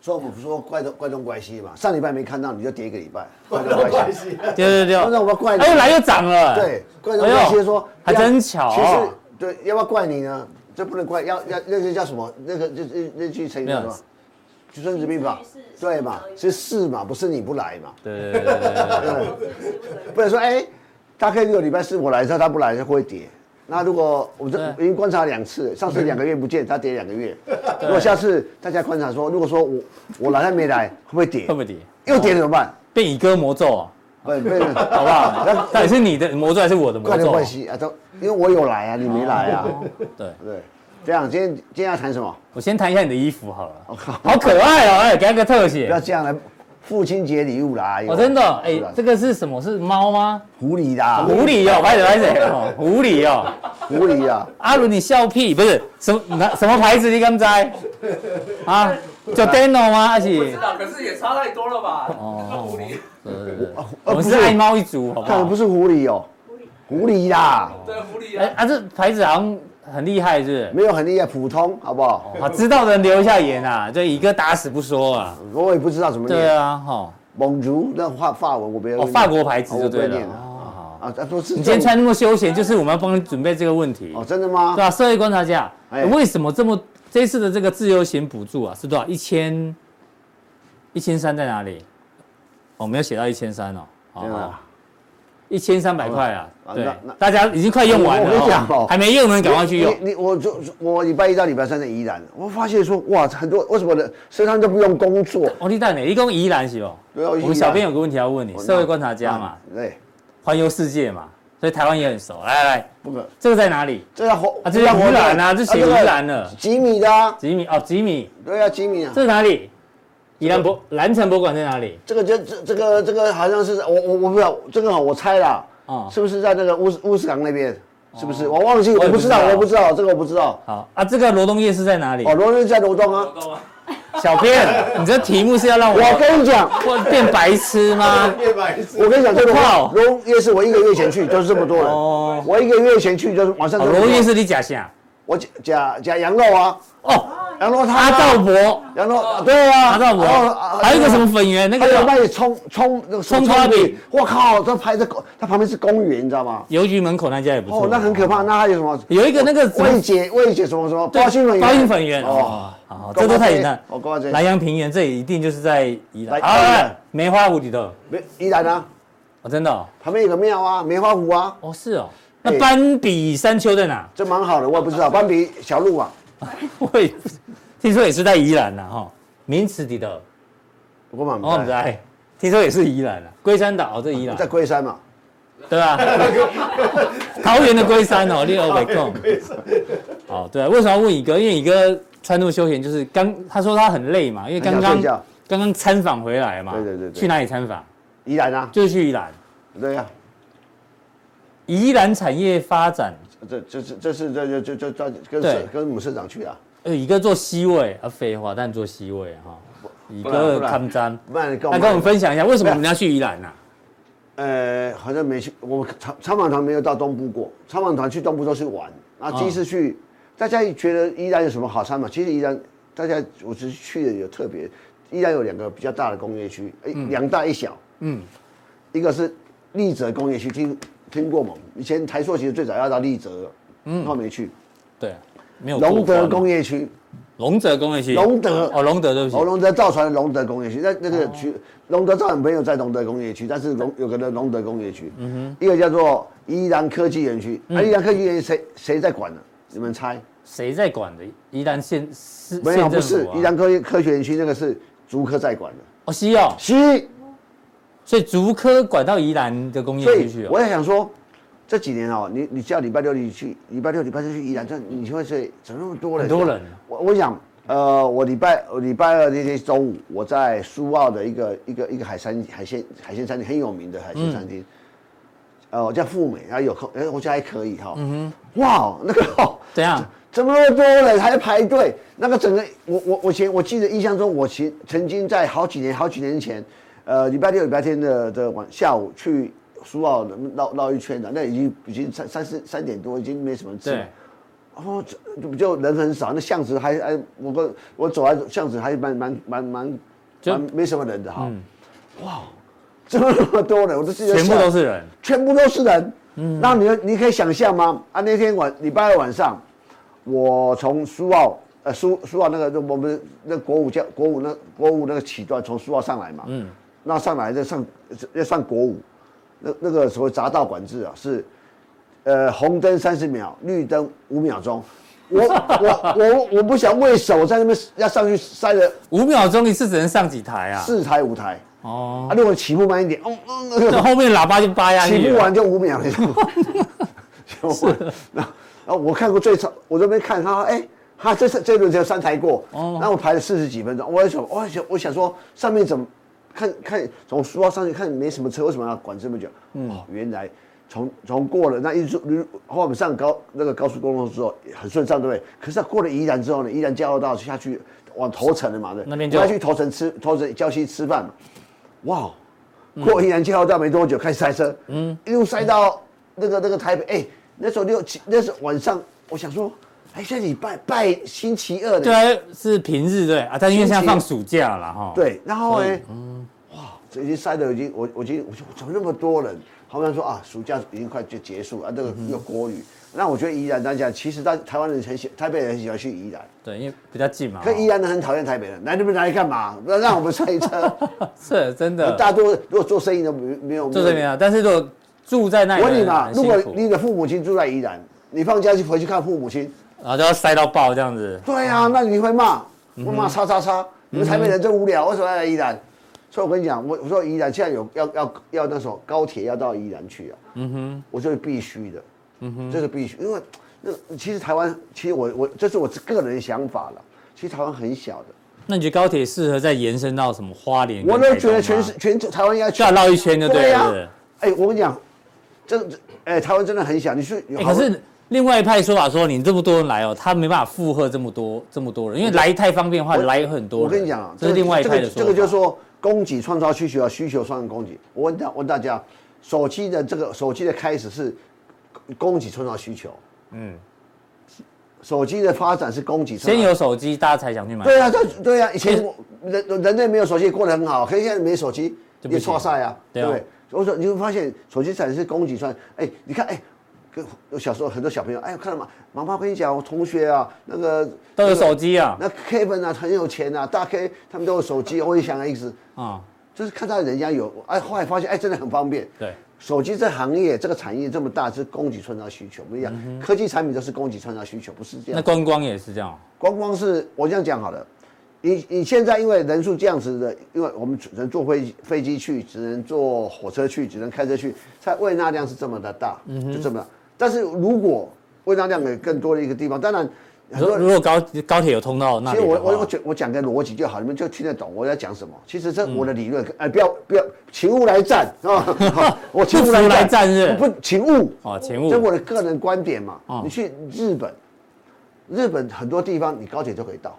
[SPEAKER 2] 说我们说怪东怪东关系嘛，上礼拜没看到你就跌一个礼拜，怪东关系，
[SPEAKER 1] 对对对，
[SPEAKER 2] 那我们怪你
[SPEAKER 1] 哎，又来又涨了，
[SPEAKER 2] 对，怪东关系说
[SPEAKER 1] 哎呦还
[SPEAKER 2] 要
[SPEAKER 1] 真巧
[SPEAKER 2] 其实对，要不要怪你呢？这不能怪，要要那个叫什么？那个就那那句成语叫什
[SPEAKER 1] 没
[SPEAKER 2] 么
[SPEAKER 1] 有？
[SPEAKER 2] 就孙子兵法
[SPEAKER 4] 是是，
[SPEAKER 2] 对嘛？是是嘛，不是你不来
[SPEAKER 1] (laughs)
[SPEAKER 2] 嘛？
[SPEAKER 1] 对对对对对对对。
[SPEAKER 4] 哦
[SPEAKER 2] 不能说哎，大概如果礼拜四我来的时候他不来，就会跌。那如果我这
[SPEAKER 1] 对
[SPEAKER 2] 我已经观察两次，上次两个月不见，他跌两个月。
[SPEAKER 1] (laughs)
[SPEAKER 2] 如果下次大家观察说，如果说我我来他没来，会不会跌
[SPEAKER 1] (laughs) 会？不会跌？
[SPEAKER 2] 又跌怎么办？
[SPEAKER 1] 变以歌魔咒啊，
[SPEAKER 2] 不不，
[SPEAKER 1] (laughs) 好
[SPEAKER 2] (laughs) 好
[SPEAKER 1] 不好？到底是你的魔咒还是我的魔
[SPEAKER 2] 啊怪的
[SPEAKER 1] 咒啊？哦
[SPEAKER 2] 关系啊，都因为我有来啊，你没来啊，
[SPEAKER 1] 对，
[SPEAKER 2] 对，这样，今天今天要谈什么？
[SPEAKER 1] 我先谈一下你的衣服好了，
[SPEAKER 2] 靠
[SPEAKER 1] 好可爱哦，哎，给它个特
[SPEAKER 2] 不要
[SPEAKER 1] 写。
[SPEAKER 2] 这样了，父亲节礼物啦！哎呦
[SPEAKER 1] 哦，真的，
[SPEAKER 2] 是
[SPEAKER 1] 哎
[SPEAKER 2] 啦，
[SPEAKER 1] 这个是什么？是猫吗？
[SPEAKER 2] 狐狸啦，
[SPEAKER 1] 狐狸哦，拍谁拍谁哦，狐狸哦。
[SPEAKER 2] 狐狸啊，
[SPEAKER 1] 阿伦，你笑屁不是什么哪什么牌子？你敢知？啊，叫 Dano 吗？还
[SPEAKER 5] 不
[SPEAKER 1] 是
[SPEAKER 5] 知？道，可是也差太多了吧？
[SPEAKER 1] 哦
[SPEAKER 5] 狐狸，
[SPEAKER 1] 呃
[SPEAKER 2] 呃
[SPEAKER 1] 我们
[SPEAKER 2] 不
[SPEAKER 1] 是
[SPEAKER 2] 是
[SPEAKER 1] 爱猫一族，好不
[SPEAKER 2] 看
[SPEAKER 1] 好
[SPEAKER 2] 不？是狐狸哦，狐狸啦，
[SPEAKER 5] 对，狐狸
[SPEAKER 1] 哎
[SPEAKER 5] 啊，
[SPEAKER 1] 啊，这牌子好像很厉害，是
[SPEAKER 2] 没有很厉害，普通好不好
[SPEAKER 1] 不？是？啊，知道的人留一下言啊，就一个打死不说啊。
[SPEAKER 2] 我也不知道怎么
[SPEAKER 1] 对
[SPEAKER 2] 念，
[SPEAKER 1] 啊，哈，
[SPEAKER 2] 蒙族那法法文我没有
[SPEAKER 1] 哦，
[SPEAKER 2] 念，
[SPEAKER 1] 法国牌子
[SPEAKER 2] 哦
[SPEAKER 1] 就
[SPEAKER 2] 我不
[SPEAKER 1] 对
[SPEAKER 2] 会
[SPEAKER 1] 了
[SPEAKER 2] 念。啊
[SPEAKER 1] 哦好，
[SPEAKER 2] 啊，他说是
[SPEAKER 1] 你今天穿那么休闲，就是我们要帮你准备这个问题
[SPEAKER 2] 哦，。真的吗
[SPEAKER 1] 对？啊，社会观察家，
[SPEAKER 2] 哎
[SPEAKER 1] 为什么这么这次的这个自由行补助啊是多少？一千一千三在哪里？哦，没有写到一千三哦，好
[SPEAKER 2] 真的
[SPEAKER 1] 好
[SPEAKER 2] 啊，
[SPEAKER 1] 一千三百块啊
[SPEAKER 2] 啊，
[SPEAKER 1] 对
[SPEAKER 2] 那那，
[SPEAKER 1] 大家已经快用完了哦，
[SPEAKER 2] 我跟你讲哦
[SPEAKER 1] 还没用的人赶快去用。
[SPEAKER 2] 你你我就我礼拜一到礼拜三在宜兰，我发现说哇，很多为什么呢？身上都不用工作，
[SPEAKER 1] 王立蛋呢？一共宜兰是哦，
[SPEAKER 2] 对啊
[SPEAKER 1] 我
[SPEAKER 2] 宜
[SPEAKER 1] 们
[SPEAKER 2] 兰
[SPEAKER 1] 小编有个问题要问你，
[SPEAKER 2] 我啊
[SPEAKER 1] 社会观察家嘛，，
[SPEAKER 2] 那对，
[SPEAKER 1] 环游世界嘛，所以台湾也很熟。来来，
[SPEAKER 2] 不可，
[SPEAKER 1] 这个在哪里？
[SPEAKER 2] 这要活
[SPEAKER 1] 啊，这叫湖南啊，这写湖南，
[SPEAKER 2] 个
[SPEAKER 1] 了。
[SPEAKER 2] 几米的啊，
[SPEAKER 1] 吉米哦，吉米，
[SPEAKER 2] 对啊，几米啊
[SPEAKER 1] 这，是哪里？宜兰博蓝城博物馆在哪里？
[SPEAKER 2] 这个就这这个这个好像是我我我不知道，这个我猜啦，
[SPEAKER 1] 哦
[SPEAKER 2] 是不是在那个乌斯乌斯港那边？是不是？我忘记，
[SPEAKER 1] 我
[SPEAKER 2] 我
[SPEAKER 1] 也不
[SPEAKER 2] 不
[SPEAKER 1] 知
[SPEAKER 2] 知
[SPEAKER 1] 道
[SPEAKER 2] 道，我不知道，这个我不知道。
[SPEAKER 1] 好啊，这个罗东夜市在哪里？
[SPEAKER 2] 哦，罗瑞在罗东啊
[SPEAKER 5] 我，懂啊，
[SPEAKER 1] 小
[SPEAKER 2] (laughs)
[SPEAKER 1] 编，你这题目是要让我
[SPEAKER 2] 我跟你讲，
[SPEAKER 1] 我变白痴吗？
[SPEAKER 6] 变白痴，
[SPEAKER 2] 我跟你讲，这个
[SPEAKER 1] 靠
[SPEAKER 2] 罗东夜市，我一个月前去就是这么多人。
[SPEAKER 1] 哦
[SPEAKER 2] 我一个月前去就是晚上
[SPEAKER 1] 哦，
[SPEAKER 2] 就是
[SPEAKER 1] 罗东夜市你假想
[SPEAKER 2] 我假假假羊肉啊，
[SPEAKER 1] 哦，
[SPEAKER 2] 羊肉汤
[SPEAKER 1] 阿
[SPEAKER 2] 啊，
[SPEAKER 1] 道伯，
[SPEAKER 2] 羊肉对啊，
[SPEAKER 1] 阿道伯
[SPEAKER 2] 然后啊，
[SPEAKER 1] 还有一个什么粉圆，那
[SPEAKER 2] 还
[SPEAKER 1] 个
[SPEAKER 2] 有
[SPEAKER 1] 叫
[SPEAKER 2] 卖葱葱那个
[SPEAKER 1] 葱花饼，
[SPEAKER 2] 我靠，这拍的公，它旁边是公园，你知道吗？
[SPEAKER 1] 邮局门口那家也不错，
[SPEAKER 2] 哦，那很可怕，那还有什么？
[SPEAKER 1] 有一个那个什么
[SPEAKER 2] 魏姐魏姐什么什么
[SPEAKER 1] 对
[SPEAKER 2] 八星粉圆，
[SPEAKER 1] 八星粉圆
[SPEAKER 2] 哦
[SPEAKER 1] 哦，，好，
[SPEAKER 2] 公
[SPEAKER 1] 这
[SPEAKER 2] 安
[SPEAKER 1] 都太
[SPEAKER 2] 街
[SPEAKER 1] 简单。
[SPEAKER 2] 哦，高华
[SPEAKER 1] 南
[SPEAKER 2] 这
[SPEAKER 1] 洋平原这一定就是在宜兰，
[SPEAKER 2] 来
[SPEAKER 1] 啊
[SPEAKER 2] 宜兰，
[SPEAKER 1] 梅花湖里头，
[SPEAKER 2] 没宜兰啊，
[SPEAKER 1] 哦，真的哦，
[SPEAKER 2] 旁边有个庙啊，梅花湖啊，
[SPEAKER 1] 哦是哦，那
[SPEAKER 2] 哎
[SPEAKER 1] 斑比山丘在哪？
[SPEAKER 2] 这蛮好的，我也不知道，斑比小路啊，
[SPEAKER 1] (laughs) 我也不知听说也是在宜兰呐，哈，名词里头。
[SPEAKER 2] 我蛮
[SPEAKER 1] 哦，我们在，听说也是宜兰啊，龟山岛哦，这宜兰
[SPEAKER 2] 在龟山嘛，
[SPEAKER 1] 对
[SPEAKER 2] (laughs)
[SPEAKER 1] 吧？桃园的龟山哦，六北贡。
[SPEAKER 2] (laughs)
[SPEAKER 1] 哦，对啊，为什么要问乙哥？因为乙哥穿那么休闲，就是刚他说他很累嘛，因为刚
[SPEAKER 2] 很想
[SPEAKER 1] 刚
[SPEAKER 2] 睡觉
[SPEAKER 1] 刚刚参访回来嘛。
[SPEAKER 2] 对对对对
[SPEAKER 1] 去哪里参访？
[SPEAKER 2] 宜兰啊，
[SPEAKER 1] 就是去宜兰，
[SPEAKER 2] 对啊呀。
[SPEAKER 1] 宜兰产业发展。
[SPEAKER 2] 这这是这是这这这这跟
[SPEAKER 1] 对
[SPEAKER 2] 社跟母市长去啊，
[SPEAKER 1] 呃，乙哥做 C 位啊，废话，但做 C 位哈。乙
[SPEAKER 2] 不然
[SPEAKER 1] 哥
[SPEAKER 2] 不然
[SPEAKER 1] 看张，
[SPEAKER 2] 不然你跟
[SPEAKER 1] 那跟我们分享一下为什么我
[SPEAKER 2] 不要
[SPEAKER 1] 们要去宜兰啊呐？
[SPEAKER 2] 呃，好像没去，我参参访团没有到东部过，参访团去东部都是玩，那第一次去，大家觉得依然有什么好参访？其实依然大家我只是去的有特别，依然有两个比较大的工业区，哎、两大一小，
[SPEAKER 1] 嗯，
[SPEAKER 2] 一个是丽泽工业区，听听过吗？以前台塑其实最早要到丽泽，嗯，后没去，
[SPEAKER 1] 对啊，没有过
[SPEAKER 2] 龙德
[SPEAKER 1] 关啊
[SPEAKER 2] 工业区。
[SPEAKER 1] 龙德工业区，
[SPEAKER 2] 龙德
[SPEAKER 1] 哦，龙德对不起
[SPEAKER 2] 哦，，龙德造船的龙德工业区，那那
[SPEAKER 1] 哦
[SPEAKER 2] 个区，龙德造船没有在龙德工业区，但是龙有个龙德工业区，嗯哼，一个叫做宜兰科技园区，
[SPEAKER 1] 嗯
[SPEAKER 2] 啊，宜兰科技园区谁谁在管呢？你们猜？
[SPEAKER 1] 谁在管的？宜兰县市
[SPEAKER 2] 没有，
[SPEAKER 1] 县
[SPEAKER 2] 不
[SPEAKER 1] 政
[SPEAKER 2] 是
[SPEAKER 1] 府啊
[SPEAKER 2] 宜兰科技科学园区那个是竹科在管的，
[SPEAKER 1] 哦西哦，
[SPEAKER 2] 西，
[SPEAKER 1] 所以竹科管到宜兰的工业
[SPEAKER 2] 所
[SPEAKER 1] 区
[SPEAKER 2] 以
[SPEAKER 1] 去
[SPEAKER 2] 我
[SPEAKER 1] 哦。
[SPEAKER 2] 在想说，这几年哦，你你只要礼拜六你去，礼拜六礼拜天去宜兰，这你就会是怎么那么多
[SPEAKER 1] 很
[SPEAKER 2] 人？
[SPEAKER 1] 多人
[SPEAKER 2] 我我想，呃，我礼拜我礼拜二那天中午，我在苏澳的一个一个一个海山海鲜海鲜餐厅很有名的海鲜餐
[SPEAKER 1] 嗯
[SPEAKER 2] 厅，呃，我叫富美，然后有空，哎、我觉得还可以哈。嗯哼，哇哦，那个、 (laughs) 哦、
[SPEAKER 1] 怎样？
[SPEAKER 2] 怎么那么多人还排队？那个整个我我我前我记得印象中，我其曾经在好几年好几年前，呃，礼拜六礼拜天的的晚下午去苏澳绕绕一圈的，那已经已经三三四三点多，已经没什么吃了
[SPEAKER 1] 对。，
[SPEAKER 2] 哦，这这不就人很少，那巷子还还我跟我走在巷子还蛮蛮蛮蛮
[SPEAKER 1] 就
[SPEAKER 2] 蛮没什么人的哈，
[SPEAKER 1] 嗯，
[SPEAKER 2] 怎么那么多人？我都自己在
[SPEAKER 1] 全部
[SPEAKER 2] 想
[SPEAKER 1] 都是人，
[SPEAKER 2] 全部都是人。嗯，那你你可以想象吗？啊，那天晚礼拜二晚上，我从苏澳呃苏苏澳那个我们那国五教国五那国五那个起端从苏澳上来嘛，嗯，那上来再上要上国五，那那个所谓匝道管制啊是，呃红灯三十秒，绿灯五秒钟。我我我我不想为手在那边要上去塞了
[SPEAKER 1] 五秒钟一次只能上几台啊？
[SPEAKER 2] 四台五台
[SPEAKER 1] 哦，
[SPEAKER 2] 啊！如果起步慢一点，嗯嗯，嗯
[SPEAKER 1] 那后面喇叭就扒下去
[SPEAKER 2] 起
[SPEAKER 1] 了。
[SPEAKER 2] 步完就
[SPEAKER 1] (laughs)
[SPEAKER 2] 五秒了，就就完。然后然后我看过最长，我这边看他，哎、他这次这一轮只有三台过，
[SPEAKER 1] 哦
[SPEAKER 2] 那我排了四十几分钟，我也想，我也想，我想说上面怎么看看从书包上去看没什么车，为什么要管这么久？
[SPEAKER 1] 嗯
[SPEAKER 2] 哦，原来从从过了那一路，后来我们上高那个高速公路之后很顺畅，对不对？可是他过了宜兰之后呢，宜兰交流道下去往头城了嘛，对不对，
[SPEAKER 1] 那边就
[SPEAKER 2] 我要去头城吃头城郊区吃饭嘛，哇，哦过宜兰交流道没多久开始塞车，嗯，一路塞到那个那个台北，哎、那时候六七，那时候晚上，我想说，哎、现在礼拜拜星期二的，
[SPEAKER 1] 对啊，是平日对啊，但因为现在放暑假了哈。
[SPEAKER 2] 对，然后
[SPEAKER 1] 所以
[SPEAKER 2] 呢，哇，这已经塞的已经，我我已经我说怎么那么多人？好像说啊，暑假已经快就结束啊，这
[SPEAKER 1] 嗯
[SPEAKER 2] 个又国语。那我觉得宜兰来讲，其实大台湾人很喜，台北人很喜欢去宜兰，
[SPEAKER 1] 对，因为比较近嘛。
[SPEAKER 2] 可
[SPEAKER 1] 哈
[SPEAKER 2] 宜兰人很讨厌台北人，来这边来干嘛？不要让我们塞
[SPEAKER 1] (laughs)
[SPEAKER 2] 车。
[SPEAKER 1] 是真的，
[SPEAKER 2] 大多如果做生意的没没有
[SPEAKER 1] 就这边啊。但是如果住在那里
[SPEAKER 2] 我
[SPEAKER 1] 的
[SPEAKER 2] 问你
[SPEAKER 1] 人
[SPEAKER 2] 嘛
[SPEAKER 1] 很，
[SPEAKER 2] 如
[SPEAKER 1] 辛
[SPEAKER 2] 果
[SPEAKER 1] 苦，
[SPEAKER 2] 你的父母亲住在宜兰，你放假去回去看父母亲，
[SPEAKER 1] 然后就要塞到爆这样子。
[SPEAKER 2] 对啊，那你会骂，
[SPEAKER 1] 嗯
[SPEAKER 2] 我骂叉叉叉，你们台北人真无聊，为什么要来宜兰？所以我跟你讲，我我说宜兰现在有要要要那时候高铁要到宜兰去啊，嗯哼，我说必须的，嗯哼，这是必须，因为那其实台湾，其实我我这是我个人想法了，其实台湾很小的，
[SPEAKER 1] 那你觉得高铁适合再延伸到什么花莲跟
[SPEAKER 2] 我
[SPEAKER 1] 台东吗？
[SPEAKER 2] 都觉得全是全台湾应该
[SPEAKER 1] 需要绕一圈就对
[SPEAKER 2] 对啊
[SPEAKER 1] 了。对
[SPEAKER 2] 哎、我跟你讲，这这哎、台湾真的很小，你去、
[SPEAKER 1] 欸可是另外一派说法说，你这么多人来哦，他没办法负荷这么多这么多人，因为来太方便的话，
[SPEAKER 2] 我
[SPEAKER 1] 来很多人。
[SPEAKER 2] 我跟你讲啊，
[SPEAKER 1] 这是另外一派的
[SPEAKER 2] 这
[SPEAKER 1] 说法。
[SPEAKER 2] 个这个就是说供给创造需求，啊需求创造供给。我问大问大家，手机的这个手机的开始是供给创造需求，嗯，手机的发展是供给创
[SPEAKER 1] 先
[SPEAKER 2] 造。
[SPEAKER 1] 有手机，大家才想去买。
[SPEAKER 2] 对啊，对对啊，以前我人人类没有手机过得很好，可是现在没手机
[SPEAKER 1] 就不
[SPEAKER 2] 也
[SPEAKER 1] 行
[SPEAKER 2] 错晒啊，
[SPEAKER 1] 对
[SPEAKER 2] 对
[SPEAKER 1] 啊
[SPEAKER 2] 不对？所以说你会发现手机产是供给端，哎，你看哎。跟我小时候很多小朋友，哎，看到嘛，妈妈跟你讲，我同学啊，那个
[SPEAKER 1] 都有
[SPEAKER 2] 那个
[SPEAKER 1] 手机啊
[SPEAKER 2] 那 Kevin 啊，很有钱啊，大 K 他们都有手机，我也想要一直，
[SPEAKER 1] 啊、
[SPEAKER 2] 就是看到人家有，哎，后来发现哎，真的很方便。
[SPEAKER 1] 对，
[SPEAKER 2] 手机这行业这个产业这么大，是供给创造需求，不一样。科技产品都是供给创造需求，不是这
[SPEAKER 1] 嗯那
[SPEAKER 2] 样。
[SPEAKER 1] 观光也是这样哦。
[SPEAKER 2] 光光是我这样讲好了，你你现在因为人数这样子的，因为我们只能坐飞机飞机去，只能坐火车去，只能开车去，它喂纳量是这么的大，
[SPEAKER 1] 嗯
[SPEAKER 2] 就这么大。但是如果喂纳量给更多的一个地方，当然
[SPEAKER 1] 你
[SPEAKER 2] 很多
[SPEAKER 1] 说
[SPEAKER 2] 人
[SPEAKER 1] 如果高高铁有通到那
[SPEAKER 2] 其
[SPEAKER 1] 里
[SPEAKER 2] 实
[SPEAKER 1] 的话，
[SPEAKER 2] 我我我讲我讲个逻辑就好，你们就听得懂我在讲什么。其实这我的理论，
[SPEAKER 1] 嗯
[SPEAKER 2] 哎、不要不要，请勿
[SPEAKER 1] (laughs)
[SPEAKER 2] 来战啊！ (laughs) 我请勿
[SPEAKER 1] 不服来
[SPEAKER 2] 来
[SPEAKER 1] 战
[SPEAKER 2] 战
[SPEAKER 1] 是不
[SPEAKER 2] 不
[SPEAKER 1] 是
[SPEAKER 2] 请勿
[SPEAKER 1] 哦，请
[SPEAKER 2] 这
[SPEAKER 1] 勿
[SPEAKER 2] 我的个人观点嘛。
[SPEAKER 1] 哦
[SPEAKER 2] 你去日本，日本很多地方你高铁就可以到，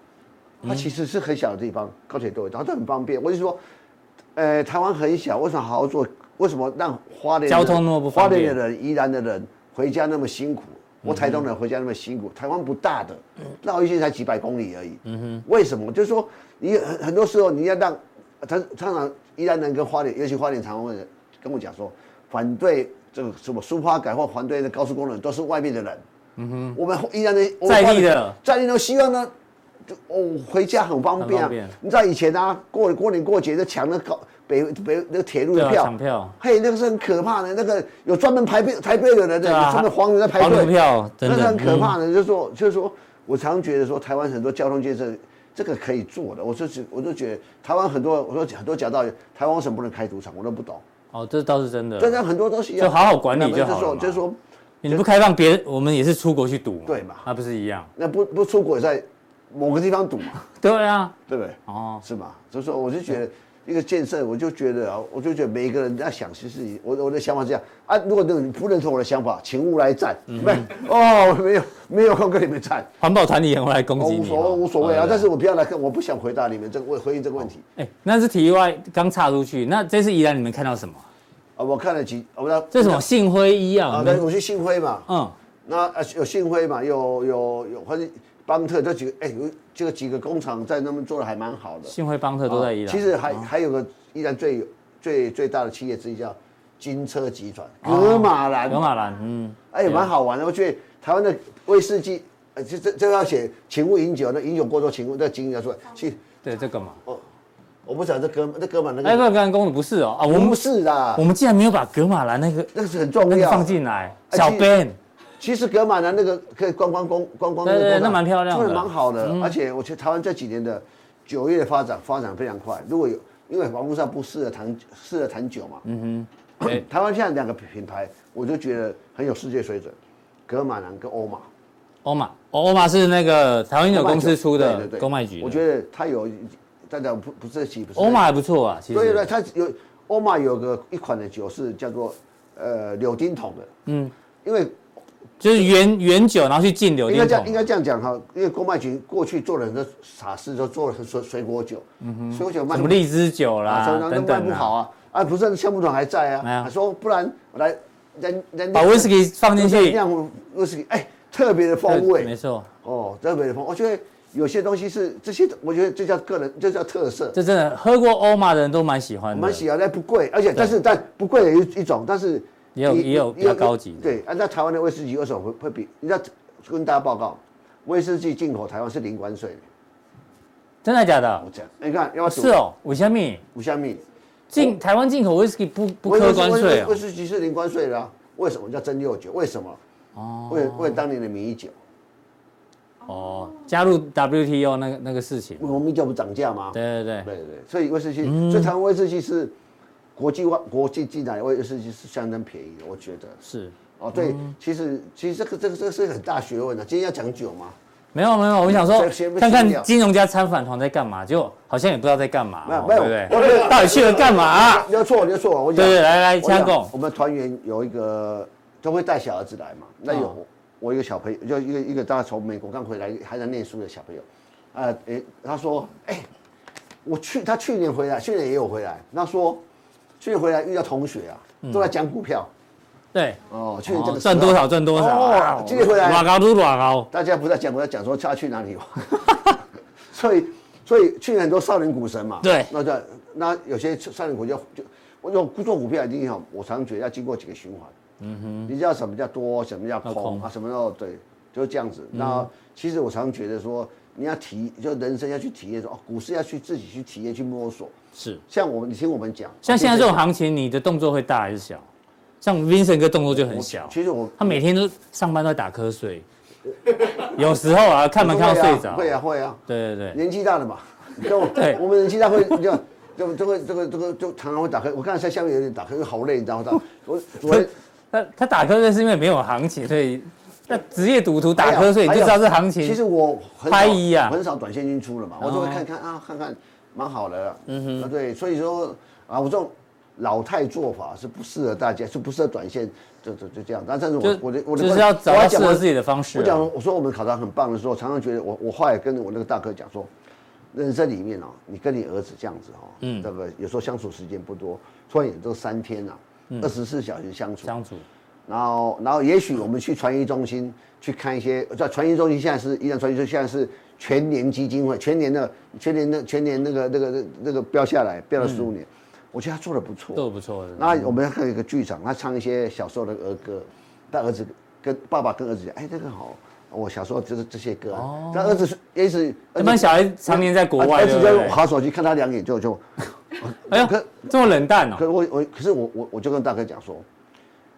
[SPEAKER 1] 嗯
[SPEAKER 2] 它其实是很小的地方，高铁都可以到，它很方便。我就说，呃，台湾很小，为什么好好做？为什么让花莲人
[SPEAKER 1] 交通那么不方
[SPEAKER 2] 花
[SPEAKER 1] 便嗯
[SPEAKER 2] 莲的人、宜兰的人回家那么辛苦？我台东人回家那么辛苦，台湾不大的，绕一圈才几百公里而已。嗯哼，为什么？就是说，你很很多时候你要让，他常常宜兰人跟花莲，尤其花莲常会跟我讲说，反对这个什么苏花改或反对的高速公路都是外面的人。嗯哼，我们宜兰的我们
[SPEAKER 1] 在地
[SPEAKER 2] 花莲
[SPEAKER 1] 的
[SPEAKER 2] 在地都希望呢，就哦回家很方便
[SPEAKER 1] 很方
[SPEAKER 2] 啊
[SPEAKER 1] 便。
[SPEAKER 2] 你知道以前啊，过过年过节就抢那高北北那个铁路
[SPEAKER 1] 对
[SPEAKER 2] 的
[SPEAKER 1] 啊，
[SPEAKER 2] 票，
[SPEAKER 1] 抢票，
[SPEAKER 2] 嘿，那个是很可怕的，那个有专门排队排队的人
[SPEAKER 1] 对
[SPEAKER 2] 的，
[SPEAKER 1] 啊
[SPEAKER 2] 有专门黄人在排
[SPEAKER 1] 黄牛
[SPEAKER 2] 队，
[SPEAKER 1] 票等
[SPEAKER 2] 那
[SPEAKER 1] 等，
[SPEAKER 2] 是很可
[SPEAKER 1] 嗯
[SPEAKER 2] 怕的。就是说，就是说，我常觉得说，台湾很多交通建设这个可以做的，我就是我就觉得台湾很多，我说很多讲道理，台湾为什么不能开赌场，我都不懂。
[SPEAKER 1] 哦，这倒是真的。
[SPEAKER 2] 真的很多东西啊
[SPEAKER 1] 就好好管理就好了
[SPEAKER 2] 是说
[SPEAKER 1] 嘛
[SPEAKER 2] 就是说，
[SPEAKER 1] 你不开放别人，我们也是出国去赌嘛，
[SPEAKER 2] 对嘛
[SPEAKER 1] 那不是一样？
[SPEAKER 2] 那不不出国也在某个地方赌嘛，
[SPEAKER 1] 对啊，
[SPEAKER 2] 对不对？
[SPEAKER 1] 哦，
[SPEAKER 2] 是吗？所以说，我就觉得
[SPEAKER 1] 嗯
[SPEAKER 2] 一个建设，我就觉得啊，我就觉得每一个人在想，其实我我的想法是这样啊。如果你不认同我的想法，请勿来战。
[SPEAKER 1] 嗯
[SPEAKER 2] 没、哦，我没有没有空跟你们战，
[SPEAKER 1] 环保团体也会来攻
[SPEAKER 2] 我
[SPEAKER 1] 击
[SPEAKER 2] 无
[SPEAKER 1] 你
[SPEAKER 2] 所
[SPEAKER 1] 哦，
[SPEAKER 2] 谓无所谓
[SPEAKER 1] 对
[SPEAKER 2] 啊
[SPEAKER 1] 对。
[SPEAKER 2] 但是我不要来跟，我不想回答你们这个问回应这个问题
[SPEAKER 1] 哎、那是题外刚岔出去。那这次宜兰你们看到什么？
[SPEAKER 2] 啊。我看了几，我们
[SPEAKER 1] 哦这是什么杏辉医啊？
[SPEAKER 2] 啊
[SPEAKER 1] 我，
[SPEAKER 2] 那
[SPEAKER 1] 们
[SPEAKER 2] 我去幸辉嘛，
[SPEAKER 1] 嗯，
[SPEAKER 2] 那呃有幸辉嘛，有有有或者邦特这几个，哎、有这个几个工厂在那边做的还蛮好的。
[SPEAKER 1] 杏辉邦特都在宜兰。
[SPEAKER 2] 啊其实还还有个依然最最最大的企业之一叫金车集团，
[SPEAKER 1] 哦
[SPEAKER 2] 格马兰。
[SPEAKER 1] 格马兰，嗯，
[SPEAKER 2] 哎，
[SPEAKER 1] 对啊
[SPEAKER 2] 蛮好玩的。我觉得台湾的威士忌，呃，这这这要写请勿饮酒，那饮酒过多，请勿那警语要说，去，
[SPEAKER 1] 对，这个嘛。
[SPEAKER 2] 我不晓得这哥那哥们那
[SPEAKER 1] 哎，不
[SPEAKER 2] 个，
[SPEAKER 1] 格兰公主不是哦，啊，我们
[SPEAKER 2] 不是啦
[SPEAKER 1] 我，们竟然没有把格马兰那个
[SPEAKER 2] 那个是很
[SPEAKER 1] 那
[SPEAKER 2] 重
[SPEAKER 1] 个
[SPEAKER 2] 要。
[SPEAKER 1] 放进来，
[SPEAKER 2] 哎
[SPEAKER 1] 小
[SPEAKER 2] 其
[SPEAKER 1] Ben
[SPEAKER 2] 其实格马兰那个可以观光工观光
[SPEAKER 1] 对对
[SPEAKER 2] 个工厂
[SPEAKER 1] 那蛮漂亮的嗯
[SPEAKER 2] 做的蛮好的。而且我觉得台湾这几年的酒业的发展发展非常快。如果有因为网络上不适合谈适合谈酒嘛， (clears throat)
[SPEAKER 1] 哎
[SPEAKER 2] 台湾现在两个品牌，我就觉得很有世界水准，格马兰跟欧玛。
[SPEAKER 1] 欧玛，欧玛是那个台湾烟酒公司出
[SPEAKER 2] 对
[SPEAKER 1] 的
[SPEAKER 2] 对对
[SPEAKER 1] 公卖局的，
[SPEAKER 2] 我觉得它有，大家不不是起不是
[SPEAKER 1] 欧玛还不错啊，其实
[SPEAKER 2] 对对，它有欧玛有个一款的酒是叫做呃柳丁桶的，嗯，因为
[SPEAKER 1] 就是原原酒，然后去进柳
[SPEAKER 2] 应该
[SPEAKER 1] 丁
[SPEAKER 2] 这样应
[SPEAKER 1] 桶，
[SPEAKER 2] 该这样讲哈，因为公卖局过去做了很多傻事，就做了很多水水果酒，水果酒
[SPEAKER 1] 嗯
[SPEAKER 2] 卖
[SPEAKER 1] 什么荔枝酒
[SPEAKER 2] 啊，
[SPEAKER 1] 啦
[SPEAKER 2] 常常都
[SPEAKER 1] 等
[SPEAKER 2] 卖
[SPEAKER 1] 等
[SPEAKER 2] 不
[SPEAKER 1] 啊
[SPEAKER 2] 好啊，啊，不是橡木桶还在
[SPEAKER 1] 哎呀
[SPEAKER 2] 啊，他说不然我来人人
[SPEAKER 1] 把威士忌放进去，
[SPEAKER 2] 酿威士忌，哎，特别的风
[SPEAKER 1] 对没
[SPEAKER 2] 味
[SPEAKER 1] 错，
[SPEAKER 2] 哦，特别的风，我觉得有些东西是这些，我觉得这叫个人，这叫特色。
[SPEAKER 1] 这真的喝过欧玛的人都蛮喜欢的，
[SPEAKER 2] 蛮喜欢，但不贵，而且但是但不贵的一一种，但是
[SPEAKER 1] 也有
[SPEAKER 2] 你
[SPEAKER 1] 也有比较高级的
[SPEAKER 2] 对，按照台湾的威士忌为什么会会比？你要跟大家报告，威士忌进口台湾是零关税的。
[SPEAKER 1] 真的假的
[SPEAKER 2] 我？讲，哎你看要不要赌
[SPEAKER 1] 是，哦，五千米
[SPEAKER 2] 五香米
[SPEAKER 1] 进台湾进口威士忌不不
[SPEAKER 2] 威士
[SPEAKER 1] 扣
[SPEAKER 2] 忌
[SPEAKER 1] 关税
[SPEAKER 2] 威
[SPEAKER 1] 哦，
[SPEAKER 2] 士忌是零关税的啊。为什么叫蒸馏酒？为什么？哦，为为当年的名义酒，
[SPEAKER 1] 哦，加入 WTO 那个那个事情，
[SPEAKER 2] 我们酒不涨价吗？
[SPEAKER 1] 对嗯对对，
[SPEAKER 2] 嗯对对，所以威士忌，所以台湾威士忌是国际外国际进来的威士忌是相当便宜的，我觉得。
[SPEAKER 1] 是。
[SPEAKER 2] 哦，对，
[SPEAKER 1] 嗯
[SPEAKER 2] 其实其实这个这个这个是很大学问的、啊今天要讲酒嘛，
[SPEAKER 1] 没有没有，我想说
[SPEAKER 2] 这些不
[SPEAKER 1] 看
[SPEAKER 2] 行了
[SPEAKER 1] 看金融家参反团在干嘛，就好像也不知道在干嘛，
[SPEAKER 2] 没有
[SPEAKER 1] 哦
[SPEAKER 2] 没有
[SPEAKER 1] 对不
[SPEAKER 2] 我
[SPEAKER 1] 对？到底去了干嘛？啊
[SPEAKER 2] 啊你要错，你要错，我讲。
[SPEAKER 1] 对对来来
[SPEAKER 2] 我讲
[SPEAKER 1] 枪供
[SPEAKER 2] 我们团员有一个都会带小儿子来嘛，那有、
[SPEAKER 1] 嗯
[SPEAKER 2] 我一个小朋友，就一个一个大家从美国刚回来还在念书的小朋友，呃，诶，他说，哎、我去，他去年回来，去年也有回来，他说去年回来遇到同学啊，都在讲股票，
[SPEAKER 1] 对，
[SPEAKER 2] 哦，去年
[SPEAKER 1] 嗯
[SPEAKER 2] 这
[SPEAKER 1] 哦
[SPEAKER 2] 个时候
[SPEAKER 1] 赚多少赚多少，啊
[SPEAKER 2] 哦，今年回来
[SPEAKER 1] 软高都软高，
[SPEAKER 2] 大家不在讲，我在讲说他去哪里玩， (laughs) 所以所以去年很多少年股神嘛，
[SPEAKER 1] 对
[SPEAKER 2] 那就那有些少年股就就我用做股票一定要，我常觉得要经过几个循环，嗯哼，你知道什么叫多，什么叫空
[SPEAKER 1] 要空嗯
[SPEAKER 2] 啊，什么叫对，就是这样子。那其实我常觉得说，你要体就人生要去体验说，哦，股市要去自己去体验去摸索。
[SPEAKER 1] 是。
[SPEAKER 2] 像我们你听我们讲，
[SPEAKER 1] 像现在这
[SPEAKER 2] 哦
[SPEAKER 1] 种行情，你的动作会大还是小？像 Vincent 哥动作就很小，
[SPEAKER 2] 其实我
[SPEAKER 1] 他每天都上班都在打瞌睡，有时候啊看门看到睡着，
[SPEAKER 2] 会啊会啊，
[SPEAKER 1] 对对对，
[SPEAKER 2] 年纪
[SPEAKER 1] (laughs)
[SPEAKER 2] 大了嘛，跟我
[SPEAKER 1] 对
[SPEAKER 2] 我们年纪大会就就就会这个这个就常常会打开，我刚才在下面有点打开，因为好累，你知道吗？我昨天
[SPEAKER 1] 他他打瞌睡是因为没有行情，所以那职业赌徒打瞌睡你就知道是行情，
[SPEAKER 2] 其实我很
[SPEAKER 1] 拍一啊哦
[SPEAKER 2] 少很少短线进出了嘛，我就会看看啊，看看蛮好的啦。嗯哼，啊对，所以说啊，我这种老态做法是不适合大家，是不适合短线，就就就这样。但但是我
[SPEAKER 1] 就
[SPEAKER 2] 我的我的
[SPEAKER 1] 就是要找到适合自己
[SPEAKER 2] 的。
[SPEAKER 1] 的方式
[SPEAKER 2] 我
[SPEAKER 1] 啊。
[SPEAKER 2] 讲我说我们考察很棒的时候，常常觉得我我后来跟我那个大哥讲说，人生里面哦，你跟你儿子这样子哦，嗯，这个有时候相处时间不多，突然也就三天啊，二十四小时相处，
[SPEAKER 1] 相处
[SPEAKER 2] 然后，然后也许我们去传艺中心去看一些，在传艺中心现在是依然传艺中心现在是全年基金会，全年的全年的全年那个那个那个那个标下来标了十五年，我觉得他做的不错。
[SPEAKER 1] 都不错的，
[SPEAKER 2] 那我们还有一个剧场，他唱一些小时候的儿歌，他儿子跟爸爸跟儿子讲，哎，这个好，我小时候就是这些歌啊。他儿子是也许，
[SPEAKER 1] 一哦般小孩常年在国外，
[SPEAKER 2] 儿
[SPEAKER 1] 对
[SPEAKER 2] 子
[SPEAKER 1] 不
[SPEAKER 2] 就
[SPEAKER 1] 对？
[SPEAKER 2] 划手机看他两眼就就，
[SPEAKER 1] 哎呦
[SPEAKER 2] 可，
[SPEAKER 1] 这么冷淡哦
[SPEAKER 2] 可，我我可是我我我就跟大哥讲说，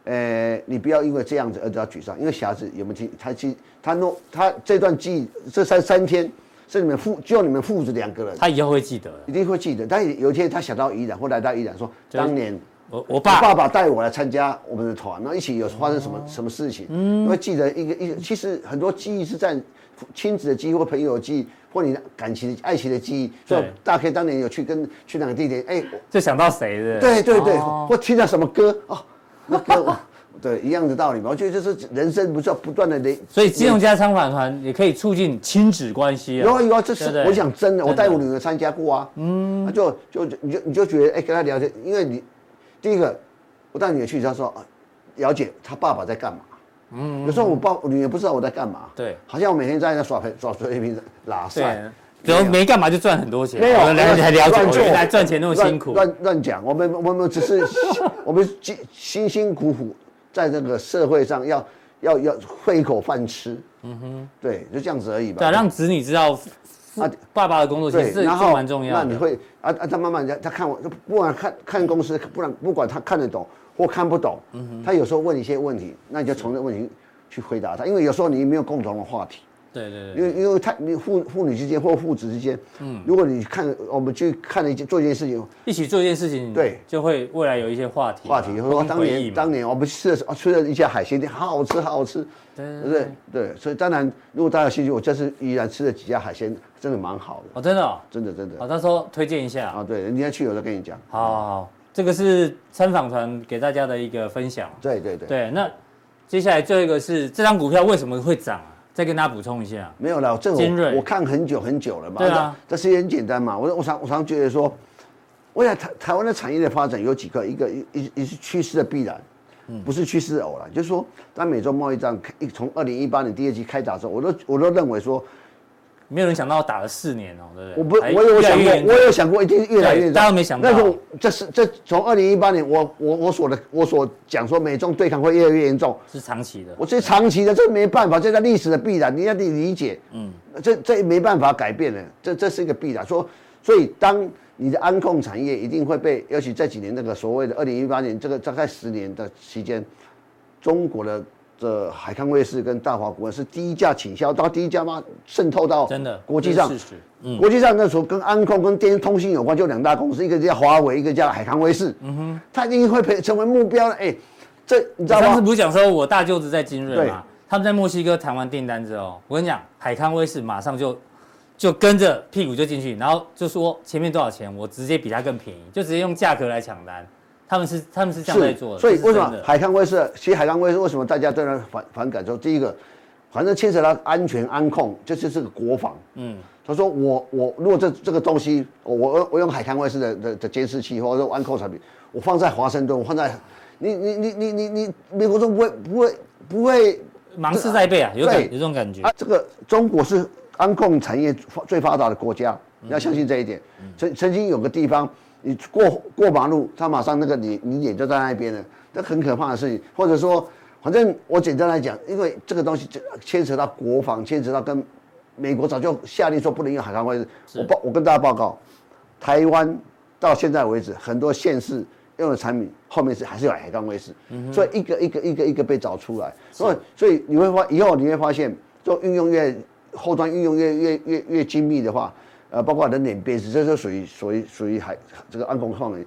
[SPEAKER 2] 呃，你不要因为这样子而要沮丧，因为小孩子有没有听他记他弄他这段记忆这三三天是你们父就你们父子两个人，
[SPEAKER 1] 他以后会记得的。
[SPEAKER 2] 一定会记得。但有一天他想到宜兰或来到宜兰说，
[SPEAKER 1] 是
[SPEAKER 2] 当年
[SPEAKER 1] 我我
[SPEAKER 2] 我
[SPEAKER 1] 爸哦
[SPEAKER 2] 爸爸带我来参加我们的团，然后一起有发生什么、什么事情，嗯，会记得一个一个。其实很多记忆是在亲子的记忆或朋友的记忆或你的感情的爱情的记忆。所以
[SPEAKER 1] 对
[SPEAKER 2] 大可以当年有去跟去哪个地点，哎、我
[SPEAKER 1] 就想到谁的，
[SPEAKER 2] 对对对，
[SPEAKER 1] 哦
[SPEAKER 2] 或听到什么歌哦，那歌 (laughs) 我对一样的道理嘛。我觉得这是人生不是要不断的累，
[SPEAKER 1] 所以金融家参访团也可以促进亲子关系啊。
[SPEAKER 2] 有啊有啊，这是
[SPEAKER 1] 对不对
[SPEAKER 2] 我想真的，我
[SPEAKER 1] 真的
[SPEAKER 2] 带我女儿参加过啊，嗯，就就你就你就觉得哎跟她聊天，因为你第一个我带女儿去，她说啊了解她爸爸在干嘛。嗯，有时候我爸我女儿不知道我在干嘛，
[SPEAKER 1] 对
[SPEAKER 2] 好像我每天在那耍牌耍水平拉
[SPEAKER 1] 对
[SPEAKER 2] 赛，，
[SPEAKER 1] 然后没干嘛就赚很多钱，
[SPEAKER 2] 没有
[SPEAKER 1] 我们两个才了解，
[SPEAKER 2] 乱
[SPEAKER 1] 我
[SPEAKER 2] 做
[SPEAKER 1] 原来赚钱那么辛苦，
[SPEAKER 2] 乱乱乱讲，我们我们只是我们辛辛辛苦苦在这个社会上要要要混一口饭吃，嗯哼，对，就这样子而已吧。
[SPEAKER 1] 对啊，让子女知道父
[SPEAKER 2] 啊
[SPEAKER 1] 爸爸的工作其
[SPEAKER 2] 对，
[SPEAKER 1] 实这
[SPEAKER 2] 然
[SPEAKER 1] 这
[SPEAKER 2] 后
[SPEAKER 1] 蛮重要
[SPEAKER 2] 那你
[SPEAKER 1] 的。
[SPEAKER 2] 会啊啊，他慢慢他他看我，不管看看公司，不然不管他看得懂或看不懂，
[SPEAKER 1] 嗯
[SPEAKER 2] 他有时候问一些问题，那你就从这问题去回答他，因为有时候你没有共同的话题，
[SPEAKER 1] 对对
[SPEAKER 2] 因
[SPEAKER 1] 对，
[SPEAKER 2] 为因为太你父父女之间或父子之间，嗯，如果你看我们去看了一件做一件事情，
[SPEAKER 1] 一起做一件事情，
[SPEAKER 2] 对，
[SPEAKER 1] 就会未来有一些话题嘛
[SPEAKER 2] 话题，
[SPEAKER 1] 共
[SPEAKER 2] 说
[SPEAKER 1] 同
[SPEAKER 2] 当
[SPEAKER 1] 回忆
[SPEAKER 2] 年
[SPEAKER 1] 嘛
[SPEAKER 2] 当年我们吃的时候吃了一家海鲜店，好好吃，好好吃，
[SPEAKER 1] 对
[SPEAKER 2] 对
[SPEAKER 1] 嗯
[SPEAKER 2] 不对？对，所以当然，如果大家有兴趣，我这次依然吃了几家海鲜，真的蛮好的，
[SPEAKER 1] 哦，真的哦，
[SPEAKER 2] 真的真
[SPEAKER 1] 好，
[SPEAKER 2] 的
[SPEAKER 1] 到时候推荐一下。
[SPEAKER 2] 啊，对，人家去我再跟你讲，
[SPEAKER 1] 好好好，这个是参访团给大家的一个分享。
[SPEAKER 2] 对对对，
[SPEAKER 1] 对，那接下来最后一个是这张股票为什么会涨啊？再跟大家补充一下。
[SPEAKER 2] 没有啦，这
[SPEAKER 1] 尖锐
[SPEAKER 2] 我我看很久很久了嘛，
[SPEAKER 1] 对啊
[SPEAKER 2] 这事情很简单嘛，我我常我常觉得说，我想台台湾的产业的发展有几个，一个一一一是趋势的必然。
[SPEAKER 1] 嗯
[SPEAKER 2] 不是趋势的偶然，就是说，当美洲贸易战开一从二零一八年第二季开打之后，我都我都认为说，
[SPEAKER 1] 没有人想到打了四年哦，对不对？
[SPEAKER 2] 我不，
[SPEAKER 1] 还
[SPEAKER 2] 我
[SPEAKER 1] 越来
[SPEAKER 2] 有想
[SPEAKER 1] 越
[SPEAKER 2] 过，
[SPEAKER 1] 严重
[SPEAKER 2] 我有想过，一定越来越
[SPEAKER 1] 对
[SPEAKER 2] 少。
[SPEAKER 1] 大家都没想到
[SPEAKER 2] 那时候，这是这从二零一八年，我我我所的我所讲说，美中对抗会越来越严重。
[SPEAKER 1] 是长期的。
[SPEAKER 2] 我这长期的，这没办法，这在历史的必然，你要得理解。嗯，这这没办法改变的，这这是一个必然。说，所以当你的安控产业一定会被，尤其这几年那个所谓的二零一八年这个大概十年的期间，中国的这海康威视跟大华国安是低价倾销到低价吗？渗透到
[SPEAKER 1] 真的，
[SPEAKER 2] 国际
[SPEAKER 1] 这是
[SPEAKER 2] 上。
[SPEAKER 1] 事实嗯，
[SPEAKER 2] 国际上那时候跟安控、跟电通信有关，就两大公司，一个叫华为，一个叫海康威视。嗯哼，它一定会被成为目标了。哎、这你知道
[SPEAKER 1] 我上次
[SPEAKER 2] 吗？
[SPEAKER 1] 不是讲说我大舅子在金瑞
[SPEAKER 2] 对
[SPEAKER 1] 嘛，他们在墨西哥谈完订单之后，我跟你讲，海康威视马上就就跟着屁股就进去，然后就说前面多少钱，我直接比他更便宜，就直接用价格来抢单。他们是他们是这样在做的，
[SPEAKER 2] 所以
[SPEAKER 1] 这是
[SPEAKER 2] 为什
[SPEAKER 1] 真
[SPEAKER 2] 么
[SPEAKER 1] 的
[SPEAKER 2] 海康威视？其实海康威视为什么大家对它反反感？说第一个，反正牵扯到安全安控，这就是这个国防。嗯，他说我我如果这这个东西，我我我用海康威视的的的监视器或者说安控产品，我放在华盛顿，我放在你你你你你你美国中不会不会不会
[SPEAKER 1] 芒刺在背啊，有感
[SPEAKER 2] 对
[SPEAKER 1] 有这种感觉
[SPEAKER 2] 啊，这个中国是安控产业发最发达的国家，你要相信这一点。曾曾经有个地方，你过过马路，他马上那个你你脸就在那边了，这很可怕的事情。或者说，反正我简单来讲，因为这个东西牵扯到国防，牵扯到跟美国早就下令说不能用海上关系。我报我跟大家报告，台湾到现在为止，很多县市用的产品后面是还是有海钢威士，所以一个一个一个一个被找出来，所以所以你会发以后你会发现，就运用越后端运用越越越越精密的话，呃，包括人脸辨识，这就属于属于属于海这个安工创的，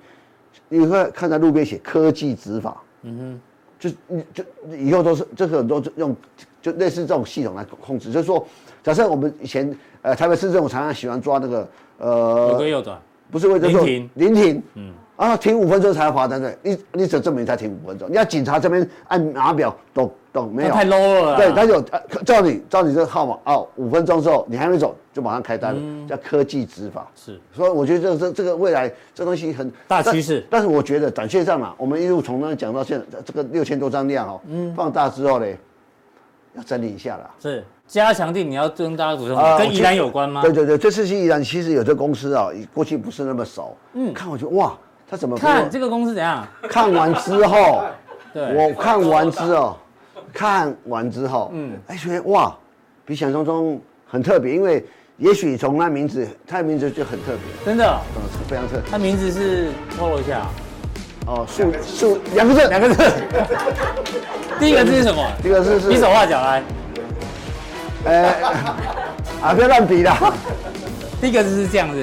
[SPEAKER 2] 你会看在路边写科技执法，嗯哼，就你就以后都是这个很多就用就类似这种系统来控制，就是说，假设我们以前呃台北市政府常常喜欢抓那个呃
[SPEAKER 1] 有规有短，
[SPEAKER 2] 不是为了说
[SPEAKER 1] 临停
[SPEAKER 2] 临停，嗯，啊，停五分钟才要罚单的，你你只证明他停五分钟，你要警察这边按码表，懂懂没
[SPEAKER 1] 那
[SPEAKER 2] 有？
[SPEAKER 1] 太 low 了啦。
[SPEAKER 2] 对，他有呃照你照你这个号码哦，五分钟之后你还没走，就马上开单了，
[SPEAKER 1] 嗯
[SPEAKER 2] 叫科技执法。
[SPEAKER 1] 是
[SPEAKER 2] 所以我觉得这这这个未来这东西很
[SPEAKER 1] 大
[SPEAKER 2] 但
[SPEAKER 1] 趋势
[SPEAKER 2] 但是我觉得短线上啊，我们一路从那讲到现在，这个六千多张量哦，
[SPEAKER 1] 嗯
[SPEAKER 2] 放大之后呢，要整理一下啦。
[SPEAKER 1] 是加强定，你要跟大家补充，
[SPEAKER 2] 啊
[SPEAKER 1] 跟
[SPEAKER 2] 我
[SPEAKER 1] 宜
[SPEAKER 2] 去
[SPEAKER 1] 兰有关吗？
[SPEAKER 2] 对对对，这次去宜兰其实有这公司啊，过去不是那么熟，嗯，看我觉得哇，他怎么跟我
[SPEAKER 1] 看这个公司怎样？
[SPEAKER 2] 看完之后，
[SPEAKER 1] 对，
[SPEAKER 2] 我看完之后，看完之后，嗯，哎，觉得哇，比想象中很特别，因为也许从那名字，它的名字就很特别，
[SPEAKER 1] 真的，哦
[SPEAKER 2] 嗯，非常特别
[SPEAKER 1] 它名字是透露一下啊，
[SPEAKER 2] 哦，数数两个字，两个字，
[SPEAKER 1] 第一个字是什么？
[SPEAKER 2] 这个是是哎
[SPEAKER 1] 比手画脚来，
[SPEAKER 2] (laughs) 啊，不要乱比啦，
[SPEAKER 1] 第一个字是这样子，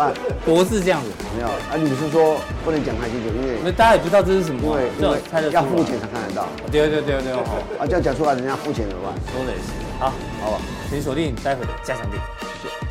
[SPEAKER 2] 啊，
[SPEAKER 1] 国字这样子，
[SPEAKER 2] 没有啊，你是说不能讲太清楚，因为
[SPEAKER 1] 那大家也不知道这是什么啊
[SPEAKER 2] 因为，
[SPEAKER 1] 这
[SPEAKER 2] 因
[SPEAKER 1] 种
[SPEAKER 2] 为
[SPEAKER 1] 猜得出
[SPEAKER 2] 要
[SPEAKER 1] 来。
[SPEAKER 2] 付钱才看得到，
[SPEAKER 1] 对对对对，好，
[SPEAKER 2] 啊，这样讲出来人家付钱怎么办？
[SPEAKER 1] 说的也是。好，
[SPEAKER 2] 好吧。
[SPEAKER 1] 请锁定待会的加强定。
[SPEAKER 2] 谢谢